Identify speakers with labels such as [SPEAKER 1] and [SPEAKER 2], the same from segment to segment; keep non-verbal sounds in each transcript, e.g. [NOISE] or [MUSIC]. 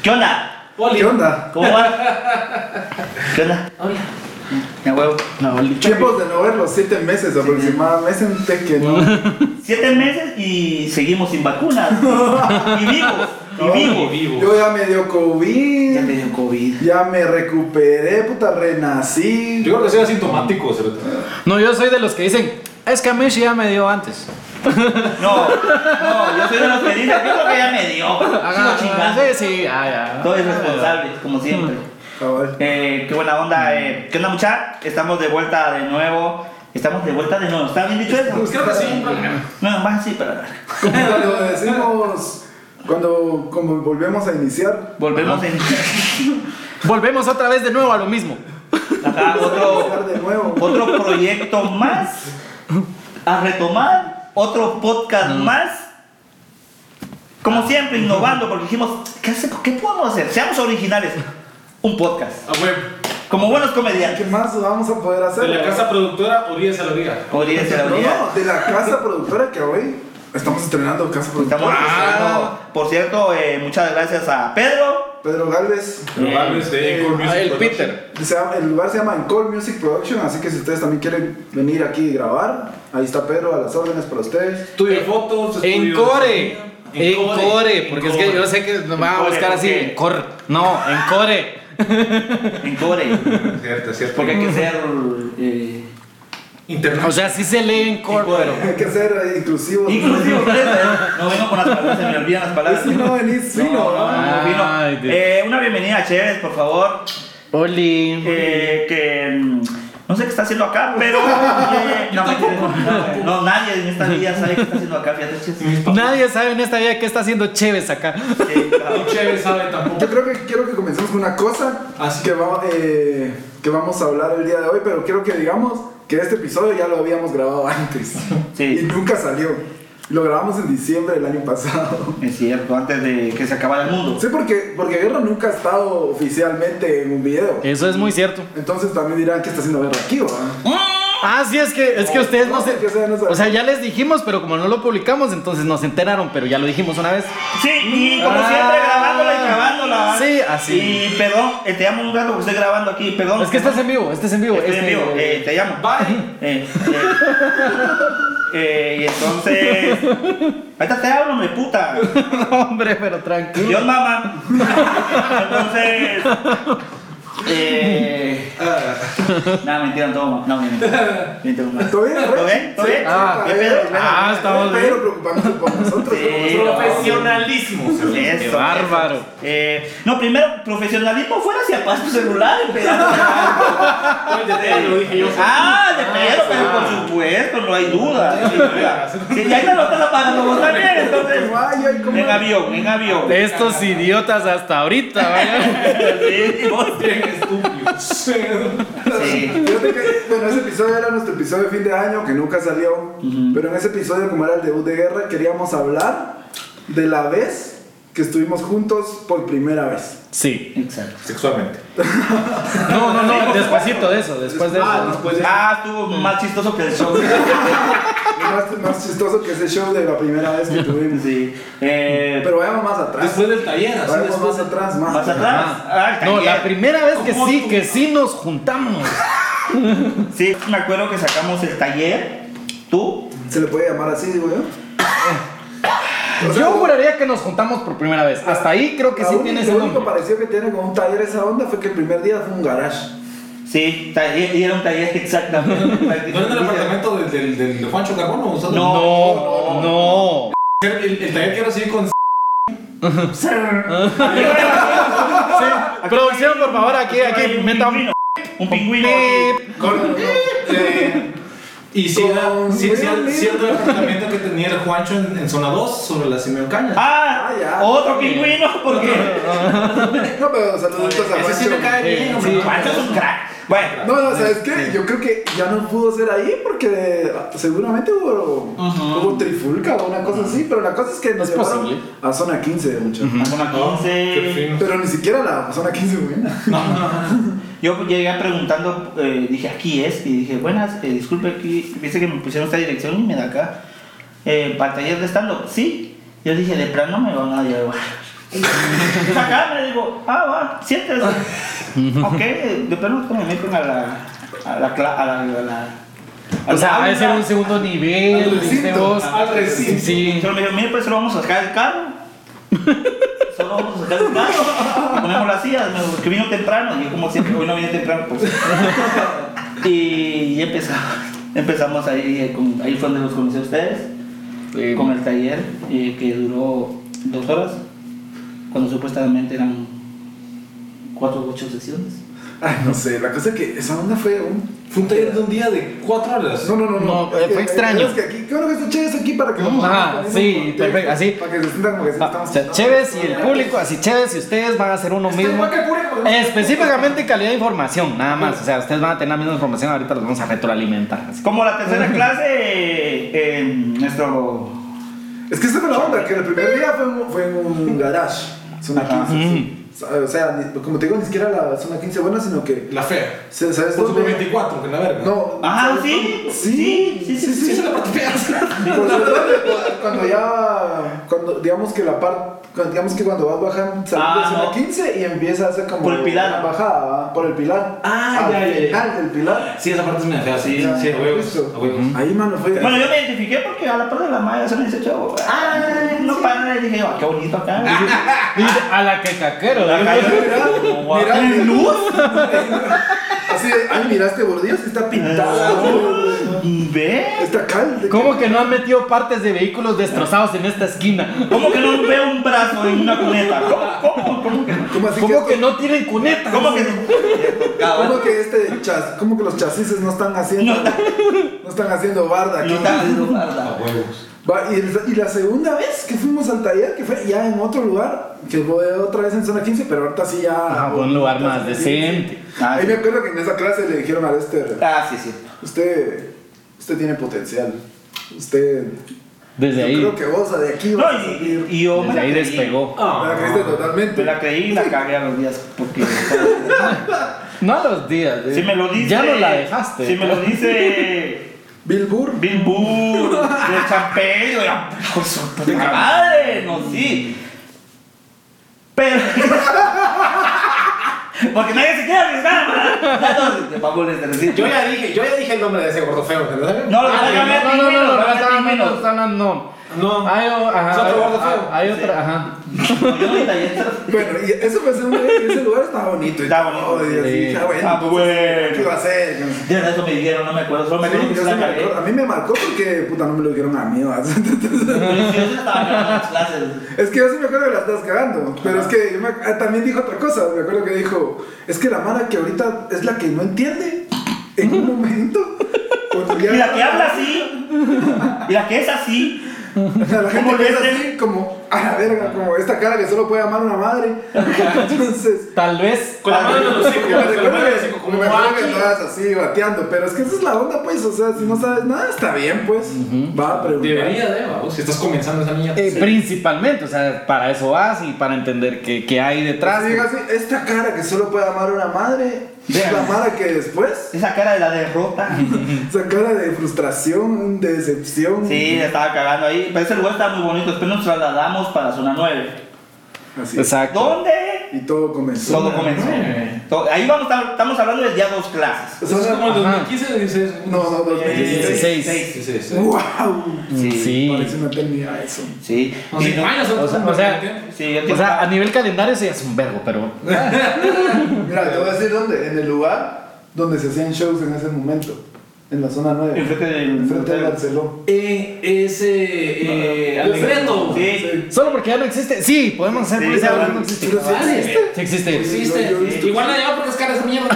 [SPEAKER 1] ¿Qué onda?
[SPEAKER 2] Oli.
[SPEAKER 3] ¿Qué onda?
[SPEAKER 1] ¿Cómo va? ¿Qué onda?
[SPEAKER 2] Hola.
[SPEAKER 1] Me huevo.
[SPEAKER 4] No, Oli.
[SPEAKER 3] Tiempos de no verlos, siete meses aproximadamente que no.
[SPEAKER 1] Siete meses y seguimos sin vacunas. y vivos. Y vivos.
[SPEAKER 2] vivo.
[SPEAKER 3] Yo ya me dio COVID.
[SPEAKER 1] Ya me dio COVID.
[SPEAKER 3] Ya me recuperé, puta, renací.
[SPEAKER 2] Yo creo que soy asintomático, cerote.
[SPEAKER 4] No, yo soy de los que dicen, es que a mí sí ya me dio antes.
[SPEAKER 1] No, no, yo soy de los que dicen, yo creo que ya me dio.
[SPEAKER 4] Haga-
[SPEAKER 1] Sigo chingando.
[SPEAKER 4] Sí, sí, ah, ya.
[SPEAKER 1] Todos irresponsables, como siempre.
[SPEAKER 3] Cabal.
[SPEAKER 1] Eh, qué buena onda. Eh. ¿Qué onda, mucha? Estamos de vuelta de nuevo. Estamos de vuelta de nuevo. ¿Está bien dicho eso?
[SPEAKER 2] Pues creo que sí, un problema.
[SPEAKER 1] No, más así para hablar.
[SPEAKER 3] Como lo decimos cuando como volvemos a iniciar.
[SPEAKER 1] Volvemos en.
[SPEAKER 4] Volvemos otra vez de nuevo a lo mismo.
[SPEAKER 1] Ajá,
[SPEAKER 3] iniciar
[SPEAKER 1] otro,
[SPEAKER 3] de nuevo.
[SPEAKER 1] otro proyecto más a retomar. Otro podcast más. Como siempre, innovando, porque dijimos, ¿qué, hace- ¿qué podemos hacer? Seamos originales. Un podcast.
[SPEAKER 2] A huevo.
[SPEAKER 1] Como buenos
[SPEAKER 3] ¿Qué
[SPEAKER 1] comediantes.
[SPEAKER 3] más vamos a poder hacer?
[SPEAKER 2] Ah, De la casa productora, orillas a la orilla.
[SPEAKER 1] Podría ser
[SPEAKER 3] No,
[SPEAKER 1] ahorita.
[SPEAKER 3] no, de la casa productora que hoy estamos estrenando casa
[SPEAKER 1] Estamos
[SPEAKER 3] productora.
[SPEAKER 1] estrenando. Por cierto, eh, muchas gracias a Pedro.
[SPEAKER 3] Pedro Galvez.
[SPEAKER 2] Probables de Encore Music
[SPEAKER 4] el
[SPEAKER 2] Productions.
[SPEAKER 4] Peter.
[SPEAKER 3] Se llama- el lugar se llama Encore Music Production, así que si ustedes también quieren venir aquí y grabar, ahí está Pedro a las órdenes para ustedes.
[SPEAKER 2] Estudio de fotos, estudio de
[SPEAKER 4] Encore.
[SPEAKER 2] sonido.
[SPEAKER 4] Encore. Porque es que
[SPEAKER 2] Encore.
[SPEAKER 4] yo sé que nos van a
[SPEAKER 1] Encore,
[SPEAKER 4] buscar así.
[SPEAKER 1] porque-
[SPEAKER 4] Encore. No, Encore.
[SPEAKER 1] En Core.
[SPEAKER 2] Cierto, cierto.
[SPEAKER 1] Porque hay que ser. eh,
[SPEAKER 4] O
[SPEAKER 2] Internacional.
[SPEAKER 4] sea, sí se lee Encore, pero.
[SPEAKER 3] Hay que ser eh, inclusivos.
[SPEAKER 1] Inclusive ustedes, eh, no vengo con las palabras, se me olvidan las palabras.
[SPEAKER 3] Eso no venís fino,
[SPEAKER 1] No, no,
[SPEAKER 3] ¿no?
[SPEAKER 1] no, vino.
[SPEAKER 4] Ay, Dios.
[SPEAKER 1] Eh, una bienvenida a Chévez, por favor.
[SPEAKER 4] Oli.
[SPEAKER 1] Eh, que mm, no sé qué está haciendo acá, pero. eh, no, mentira, no, no, nadie en esta vida sabe qué está haciendo acá. Fíjate, Chévez.
[SPEAKER 4] Nadie sabe en esta vida qué está haciendo Chévez acá.
[SPEAKER 1] Eh,
[SPEAKER 2] No chévere sabe tampoco.
[SPEAKER 3] Yo creo que quiero que comencemos con una cosa
[SPEAKER 2] Así.
[SPEAKER 3] que, va- eh, que vamos a hablar el día de hoy, pero quiero que digamos que este episodio ya lo habíamos grabado antes
[SPEAKER 1] Sí.
[SPEAKER 3] y nunca salió. Lo grabamos en diciembre del año pasado.
[SPEAKER 1] Es cierto, antes de que se acabara el mundo.
[SPEAKER 3] Sí, porque, porque Guerra nunca ha estado oficialmente en un video.
[SPEAKER 4] Eso es muy cierto.
[SPEAKER 3] Entonces también dirán que está haciendo Guerra aquí, ¿verdad?
[SPEAKER 4] Ah, sí, es que, es que
[SPEAKER 3] No,
[SPEAKER 4] ustedes no
[SPEAKER 3] no,
[SPEAKER 4] se.
[SPEAKER 3] que ustedes no saben.
[SPEAKER 4] O sea, ya les dijimos, pero como no lo publicamos, entonces nos enteraron, pero ya lo dijimos una vez.
[SPEAKER 1] Sí, y como
[SPEAKER 4] Ah.
[SPEAKER 1] siempre, grabándola y grabándola.
[SPEAKER 4] Sí, así.
[SPEAKER 1] Y perdón, eh, te llamo un rato porque estoy grabando aquí, perdón.
[SPEAKER 4] Es que estás en vivo, este es en vivo.
[SPEAKER 1] Estoy en
[SPEAKER 4] este-
[SPEAKER 1] vivo, eh, te llamo.
[SPEAKER 2] Bye.
[SPEAKER 1] Eh, eh. Eh, y
[SPEAKER 4] [LAUGHS]
[SPEAKER 1] entonces. Ahorita te hablo, me puta.
[SPEAKER 4] Hombre, pero tranquilo.
[SPEAKER 1] Dios mamá. Entonces. Eh. No, mentira, no tomo. No, mentira. Mentira, no.
[SPEAKER 3] ¿Todo bien,
[SPEAKER 1] ¿Todo bien? ¿Todo bien?
[SPEAKER 4] Ah,
[SPEAKER 1] ¿Qué pedo?
[SPEAKER 4] ah, estamos bien.
[SPEAKER 3] Pero preocupándose por nosotros.
[SPEAKER 1] Sí.
[SPEAKER 2] eh,
[SPEAKER 3] por nosotros.
[SPEAKER 2] Profesionalismo. cerote.
[SPEAKER 1] Eso,
[SPEAKER 4] Qué bárbaro.
[SPEAKER 1] Eh, no, primero, profesionalismo fuera hacia paz tu celular, pedazo.
[SPEAKER 2] Oye, te lo dije yo.
[SPEAKER 1] Ah, de Pedro, pero por supuesto, no hay duda. sin duda. Sí, y ahí me lo estás apagando vos también, entonces.
[SPEAKER 3] Ay, ay, cómo-
[SPEAKER 1] En avión, en avión.
[SPEAKER 4] Estos idiotas hasta ahorita, vaya.
[SPEAKER 1] Sí, vos.
[SPEAKER 2] Bien estúpido.
[SPEAKER 1] Sí.
[SPEAKER 3] Fíjate que, bueno, ese episodio era nuestro episodio de fin de año que nunca salió. Pero en ese episodio, como era el debut de guerra, queríamos hablar de la vez que estuvimos juntos por primera vez.
[SPEAKER 4] Sí.
[SPEAKER 1] Exacto.
[SPEAKER 2] Sexualmente.
[SPEAKER 4] No, no, no, despacito de eso, después de
[SPEAKER 2] Ah,
[SPEAKER 4] eso.
[SPEAKER 2] después
[SPEAKER 3] Pues
[SPEAKER 2] de.
[SPEAKER 1] Ah, estuvo más chistoso que el show.
[SPEAKER 3] Lo más, más chistoso que ese show de la primera vez que tuvimos.
[SPEAKER 1] Sí. Eh,
[SPEAKER 3] Pero vayamos más atrás.
[SPEAKER 2] Después del taller, así
[SPEAKER 3] vayamos
[SPEAKER 2] después
[SPEAKER 3] más
[SPEAKER 2] de-
[SPEAKER 3] atrás, más,
[SPEAKER 1] ¿Más
[SPEAKER 3] atrás.
[SPEAKER 1] atrás? Ah,
[SPEAKER 4] No, la
[SPEAKER 1] también.
[SPEAKER 4] primera vez que
[SPEAKER 2] ¿Cómo
[SPEAKER 4] sí,
[SPEAKER 2] tú?
[SPEAKER 4] que sí nos juntamos.
[SPEAKER 1] Sí, me acuerdo que sacamos el taller. Tú.
[SPEAKER 3] Se le puede llamar así, digo yo. O sea,
[SPEAKER 4] Yo juraría que nos juntamos por primera vez. Hasta ahí creo que
[SPEAKER 3] la
[SPEAKER 4] sí
[SPEAKER 3] única-
[SPEAKER 4] tiene
[SPEAKER 3] lo
[SPEAKER 4] ese
[SPEAKER 3] único
[SPEAKER 4] nombre.
[SPEAKER 3] parecido que tiene con un taller esa onda fue que el primer día fue un garage.
[SPEAKER 1] Sí, taller, y era un taller exactamente.
[SPEAKER 2] ¿No era el apartamento del, del, del, de Juancho Carbono? ¿Usted
[SPEAKER 1] No.
[SPEAKER 4] No, no.
[SPEAKER 2] El, el taller que ahora sí con.
[SPEAKER 4] Sí, Producción, por favor, aquí, aquí,
[SPEAKER 1] un
[SPEAKER 4] meta un
[SPEAKER 1] pingüino. Un pingüino.
[SPEAKER 4] pip.
[SPEAKER 2] con eh, y si era, sí, sí era cierto departamento que tenía el Juancho en, en zona 2 sobre la Simeón Caña.
[SPEAKER 1] Ah,
[SPEAKER 3] Ah, ya.
[SPEAKER 1] otro pingüino, porque.
[SPEAKER 3] No, pero saluditos a
[SPEAKER 2] Ese sí me
[SPEAKER 3] Juancho.
[SPEAKER 2] cae bien, hombre.
[SPEAKER 4] Sí.
[SPEAKER 1] Pancho es un crack. Bueno.
[SPEAKER 3] No, no, ¿sabes qué? Yo creo que ya no pudo ser ahí porque seguramente hubo, hubo trifulca o una cosa así, pero la cosa es que nos
[SPEAKER 4] Es
[SPEAKER 3] llevaron
[SPEAKER 4] posible.
[SPEAKER 3] a zona 15, muchachos.
[SPEAKER 1] Zona
[SPEAKER 2] No,
[SPEAKER 1] 15.
[SPEAKER 2] qué fino.
[SPEAKER 3] Pero ni siquiera la zona 15 buena. [LAUGHS]
[SPEAKER 1] Yo llegué preguntando, eh, dije, aquí es, y dije, buenas, eh, disculpe, aquí, dice que me pusieron esta dirección y
[SPEAKER 4] [LAUGHS]
[SPEAKER 1] me da acá, eh, para taller de stand-up, sí. Yo dije, de plano me van a llevar. Acá me digo, ah, va,
[SPEAKER 4] [LAUGHS]
[SPEAKER 1] siéntese. ok, de pronto me meten a la. a la. cla- a la. a la- a
[SPEAKER 4] O sea,
[SPEAKER 1] la
[SPEAKER 4] va a ser
[SPEAKER 1] aula.
[SPEAKER 4] un segundo nivel,
[SPEAKER 3] Al
[SPEAKER 4] viste
[SPEAKER 3] recinto,
[SPEAKER 4] vos.
[SPEAKER 3] al recinto.
[SPEAKER 4] Sí.
[SPEAKER 1] Solo me dijo, mire, pues solo vamos a sacar el carro. [LAUGHS] Solo vamos a sacar el carro. Ponemos las sillas, me dijo, que vino temprano. Y yo, como siempre, hoy no vine temprano. pues. Y, y empezamos, empezamos ahí, eh, con- ahí fue donde los conocí a ustedes,
[SPEAKER 4] Sí.
[SPEAKER 1] con el taller, eh, que duró dos horas, cuando supuestamente eran cuatro o ocho sesiones.
[SPEAKER 3] Ay, no sé, la cosa es que esa onda fue un.
[SPEAKER 2] Fue un taller de un día de cuatro horas.
[SPEAKER 3] No, no, no, no.
[SPEAKER 4] No, eh, fue
[SPEAKER 3] Eh,
[SPEAKER 4] extraño.
[SPEAKER 3] Es que aquí, qué bueno que está chévere aquí para que vamos
[SPEAKER 4] Ajá,
[SPEAKER 3] poniendo
[SPEAKER 4] sí,
[SPEAKER 3] un contexto,
[SPEAKER 4] perfecto, así.
[SPEAKER 3] Para que se sientan como que sí
[SPEAKER 4] O
[SPEAKER 3] estamos.
[SPEAKER 4] sea, Chéves y el público, así Chéves y ustedes van a hacer uno
[SPEAKER 3] Está
[SPEAKER 4] mismo.
[SPEAKER 3] igual que el público, ¿no?
[SPEAKER 4] Específicamente calidad de información, nada más. O sea, ustedes van a tener la misma información, ahorita los vamos a retroalimentar. así.
[SPEAKER 1] Como la [LAUGHS] tercera clase, eh, en nuestro...
[SPEAKER 3] Es que esa fue la onda, que el primer día fue en, fue en un garage, zona 15. sí. O sea, ni- como te digo, ni siquiera la zona 15 buena, sino que.
[SPEAKER 2] La fea.
[SPEAKER 3] se- ¿Sabes
[SPEAKER 2] Por
[SPEAKER 3] dónde?
[SPEAKER 2] su 24, que la verga.
[SPEAKER 3] No.
[SPEAKER 1] Pues, Ah,
[SPEAKER 3] ¿sabes
[SPEAKER 1] sí,
[SPEAKER 3] dónde?
[SPEAKER 1] sí, sí, sí,
[SPEAKER 2] Sí, esa es la parte fea.
[SPEAKER 3] Por supuesto, cu- cuando ya, cuando, digamos que la parte, digamos que cuando vas bajando, saliendo
[SPEAKER 1] Ah,
[SPEAKER 3] de zona
[SPEAKER 1] no.
[SPEAKER 3] 15 y empieza a hacer como
[SPEAKER 1] Por el pilar.
[SPEAKER 3] una bajada, ¿va? por el pilar.
[SPEAKER 2] Ah,
[SPEAKER 3] Al
[SPEAKER 2] ya, ya, ya.
[SPEAKER 3] final del pilar.
[SPEAKER 2] [LAUGHS] Sí, esa parte es medio fea, sí,
[SPEAKER 3] Ya,
[SPEAKER 2] sí, a huevos.
[SPEAKER 3] listo.
[SPEAKER 2] A huevos.
[SPEAKER 3] Ahí, mano, fue.
[SPEAKER 1] Bueno, yo me identifiqué porque a la par de la malla se me dice chavo. Ah, no para, le dije, "Ah, qué bonito acá.
[SPEAKER 4] Dice, a la que caquero.
[SPEAKER 1] Acá yo- [LAUGHS]
[SPEAKER 3] Mira, mira,
[SPEAKER 1] ¿En luz? [LAUGHS]
[SPEAKER 3] así de, ay, mira este bordillo, sí está
[SPEAKER 1] Ah.
[SPEAKER 3] pintado.
[SPEAKER 1] ¿Ve?
[SPEAKER 3] está calde.
[SPEAKER 4] ¿Cómo que no han metido partes de vehículos destrozados en esta esquina?
[SPEAKER 1] ¿Cómo que no veo un brazo en una cuneta? ¿Cómo? ¿Cómo? ¿Cómo que no?
[SPEAKER 3] ¿Cómo así
[SPEAKER 4] ¿Cómo
[SPEAKER 3] que,
[SPEAKER 4] que no tienen cunetas?
[SPEAKER 1] ¿Cómo que
[SPEAKER 3] ¿Cómo que este chas, cómo que los chasis no están haciendo,
[SPEAKER 1] No
[SPEAKER 3] no, están haciendo barda aquí?
[SPEAKER 1] no? está haciendo
[SPEAKER 2] A
[SPEAKER 1] nada.
[SPEAKER 2] huevos.
[SPEAKER 3] Va, y, el- y la segunda vez que fuimos al taller, que fue ya en otro lugar, que fue otra vez en zona 15, pero ahorita sí ya.
[SPEAKER 4] Ah, fue un lugar más decente.
[SPEAKER 1] Ah,
[SPEAKER 3] Ahí me acuerdo que en esa clase le dijeron a Lester,
[SPEAKER 1] Ah, sí, sí.
[SPEAKER 3] usted, usted tiene potencial. Usted,
[SPEAKER 4] Desde
[SPEAKER 3] yo
[SPEAKER 4] ahí,
[SPEAKER 3] creo que vos de aquí
[SPEAKER 1] No,
[SPEAKER 3] vas a
[SPEAKER 1] y,
[SPEAKER 3] salir.
[SPEAKER 1] y yo me
[SPEAKER 4] desde
[SPEAKER 1] la
[SPEAKER 4] ahí
[SPEAKER 1] creí.
[SPEAKER 4] despegó.
[SPEAKER 3] Me la creíste
[SPEAKER 1] Me
[SPEAKER 3] totalmente. Este
[SPEAKER 1] la creí y la cagué a los días
[SPEAKER 4] [LAUGHS]
[SPEAKER 1] porque...
[SPEAKER 4] No a los días. eh.
[SPEAKER 1] Si me lo dice...
[SPEAKER 4] Ya no la dejaste.
[SPEAKER 1] Si me lo dice...
[SPEAKER 3] Bill Burr.
[SPEAKER 1] Bill Burr, de Champey, yo ya, por su puta pues, madre, no, sí. Pero. [LAUGHS] Porque nadie se quiere arriesgar, ¿verdad? Ya todos, de favor, les decir.
[SPEAKER 2] Yo ya dije, yo ya dije el nombre de ese gordo feo, ¿verdad?
[SPEAKER 1] No, lo
[SPEAKER 4] Ah,
[SPEAKER 1] voy a cambiar,
[SPEAKER 4] No, no, no, no, no,
[SPEAKER 1] pingüino,
[SPEAKER 4] no, no,
[SPEAKER 1] pingüino.
[SPEAKER 4] no, no, no, no.
[SPEAKER 2] No.
[SPEAKER 4] Hay, o- ajá,
[SPEAKER 2] Es otro
[SPEAKER 4] hay-
[SPEAKER 2] gordo feo.
[SPEAKER 4] Hay otra, ajá.
[SPEAKER 1] Yo ahorita ya-
[SPEAKER 3] Bueno, y eso fue segunda vez, y ese lugar estaba bonito. y
[SPEAKER 1] Está
[SPEAKER 3] todo,
[SPEAKER 1] bonito,
[SPEAKER 3] y así,
[SPEAKER 4] sí.
[SPEAKER 3] ya, bueno,
[SPEAKER 1] Ah, bueno.
[SPEAKER 3] ¿Qué iba a hacer?
[SPEAKER 1] De verdad, eso me dijeron, no me acuerdo, solo me
[SPEAKER 3] Sí,
[SPEAKER 1] acuerdo que
[SPEAKER 3] yo
[SPEAKER 1] se
[SPEAKER 3] sí
[SPEAKER 1] la
[SPEAKER 3] me
[SPEAKER 1] cagué.
[SPEAKER 3] acuerdo. A mí me marcó porque puta no [LAUGHS] me lo dijeron a mí. ¿va?
[SPEAKER 1] Pero sí, Yo sí estaba cagando en las clases.
[SPEAKER 3] Es que yo sí me acuerdo que la estás cagando. Pero es que yo me- ah, también dijo otra cosa. Me acuerdo que dijo: Es que la Mara que ahorita es la que no entiende en un momento.
[SPEAKER 1] [LAUGHS]
[SPEAKER 3] cuando ya-
[SPEAKER 1] Y la que habla así, y la que es así,
[SPEAKER 3] [LAUGHS] La gente
[SPEAKER 1] ¿Cómo
[SPEAKER 3] que es
[SPEAKER 1] le
[SPEAKER 3] así, como a la verga, como esta cara que solo puede amar
[SPEAKER 1] [LAUGHS]
[SPEAKER 3] una madre. Entonces.
[SPEAKER 4] Tal vez.
[SPEAKER 2] Con la mano en los hijos, con
[SPEAKER 3] Me
[SPEAKER 2] la mano
[SPEAKER 3] recuerdo
[SPEAKER 2] en los
[SPEAKER 3] que-
[SPEAKER 2] hijos,
[SPEAKER 3] me
[SPEAKER 2] como
[SPEAKER 3] acuerdo que
[SPEAKER 2] aquí.
[SPEAKER 3] estabas así bateando, pero es que esa es la onda, pues. O sea, si no sabes nada, está bien, pues. Va a preguntar.
[SPEAKER 2] Debería de, vamos, si estás comenzando esa niña.
[SPEAKER 4] eh, Principalmente, o sea, para eso vas y para entender qué, qué hay detrás.
[SPEAKER 3] Así, así, esta cara que solo puede amar una madre,
[SPEAKER 1] Vean.
[SPEAKER 3] la madre que después,
[SPEAKER 1] esa cara de la derrota.
[SPEAKER 3] [LAUGHS] esa cara de frustración, de decepción.
[SPEAKER 1] Sí, la estaba cagando ahí. Pero ese lugar estaba muy bonito. Después nos trasladamos para zona 9.
[SPEAKER 3] Así.
[SPEAKER 4] Exacto.
[SPEAKER 1] ¿Dónde?
[SPEAKER 3] Y todo comenzó.
[SPEAKER 1] Todo comenzó.
[SPEAKER 2] nueve.
[SPEAKER 1] To- Ahí vamos, a- estamos hablando de ya dos clases. Eh,
[SPEAKER 2] Eso es
[SPEAKER 3] Zona-
[SPEAKER 2] como el
[SPEAKER 4] Ajá.
[SPEAKER 2] 2015 o 16.
[SPEAKER 3] No, no, 2016.
[SPEAKER 4] 16.
[SPEAKER 2] Sí, sí, sí.
[SPEAKER 3] ¡Wow!
[SPEAKER 1] Sí.
[SPEAKER 4] Mm, Sí.
[SPEAKER 3] Parece una eternidad eso.
[SPEAKER 1] Sí.
[SPEAKER 2] No sé,
[SPEAKER 1] Y no-
[SPEAKER 2] años,
[SPEAKER 4] O sea,
[SPEAKER 2] otros
[SPEAKER 4] o sea,
[SPEAKER 2] veinte.
[SPEAKER 1] sí, yo
[SPEAKER 4] O sea, a
[SPEAKER 1] tengo-
[SPEAKER 4] nivel calendario sí es un verbo, pero.
[SPEAKER 3] Mira, te voy a decir dónde. En el lugar donde se hacían shows en ese momento. En la zona 9.
[SPEAKER 1] Enfrente del-
[SPEAKER 3] Enfrente del Barceló.
[SPEAKER 2] Eh, ese. Eh,
[SPEAKER 3] Yo sé.
[SPEAKER 2] Allegreto.
[SPEAKER 1] Sí.
[SPEAKER 4] Solo porque ya no existe. Sí, podemos hacer
[SPEAKER 1] Sí,
[SPEAKER 4] publicidad,
[SPEAKER 1] ahora-
[SPEAKER 4] pero no existe.
[SPEAKER 3] Pero sí
[SPEAKER 2] Vale.
[SPEAKER 3] existe.
[SPEAKER 4] Sí existe.
[SPEAKER 2] Existe.
[SPEAKER 3] Yo- yo he visto-
[SPEAKER 2] Igual la lleva porque es cara esa mierda.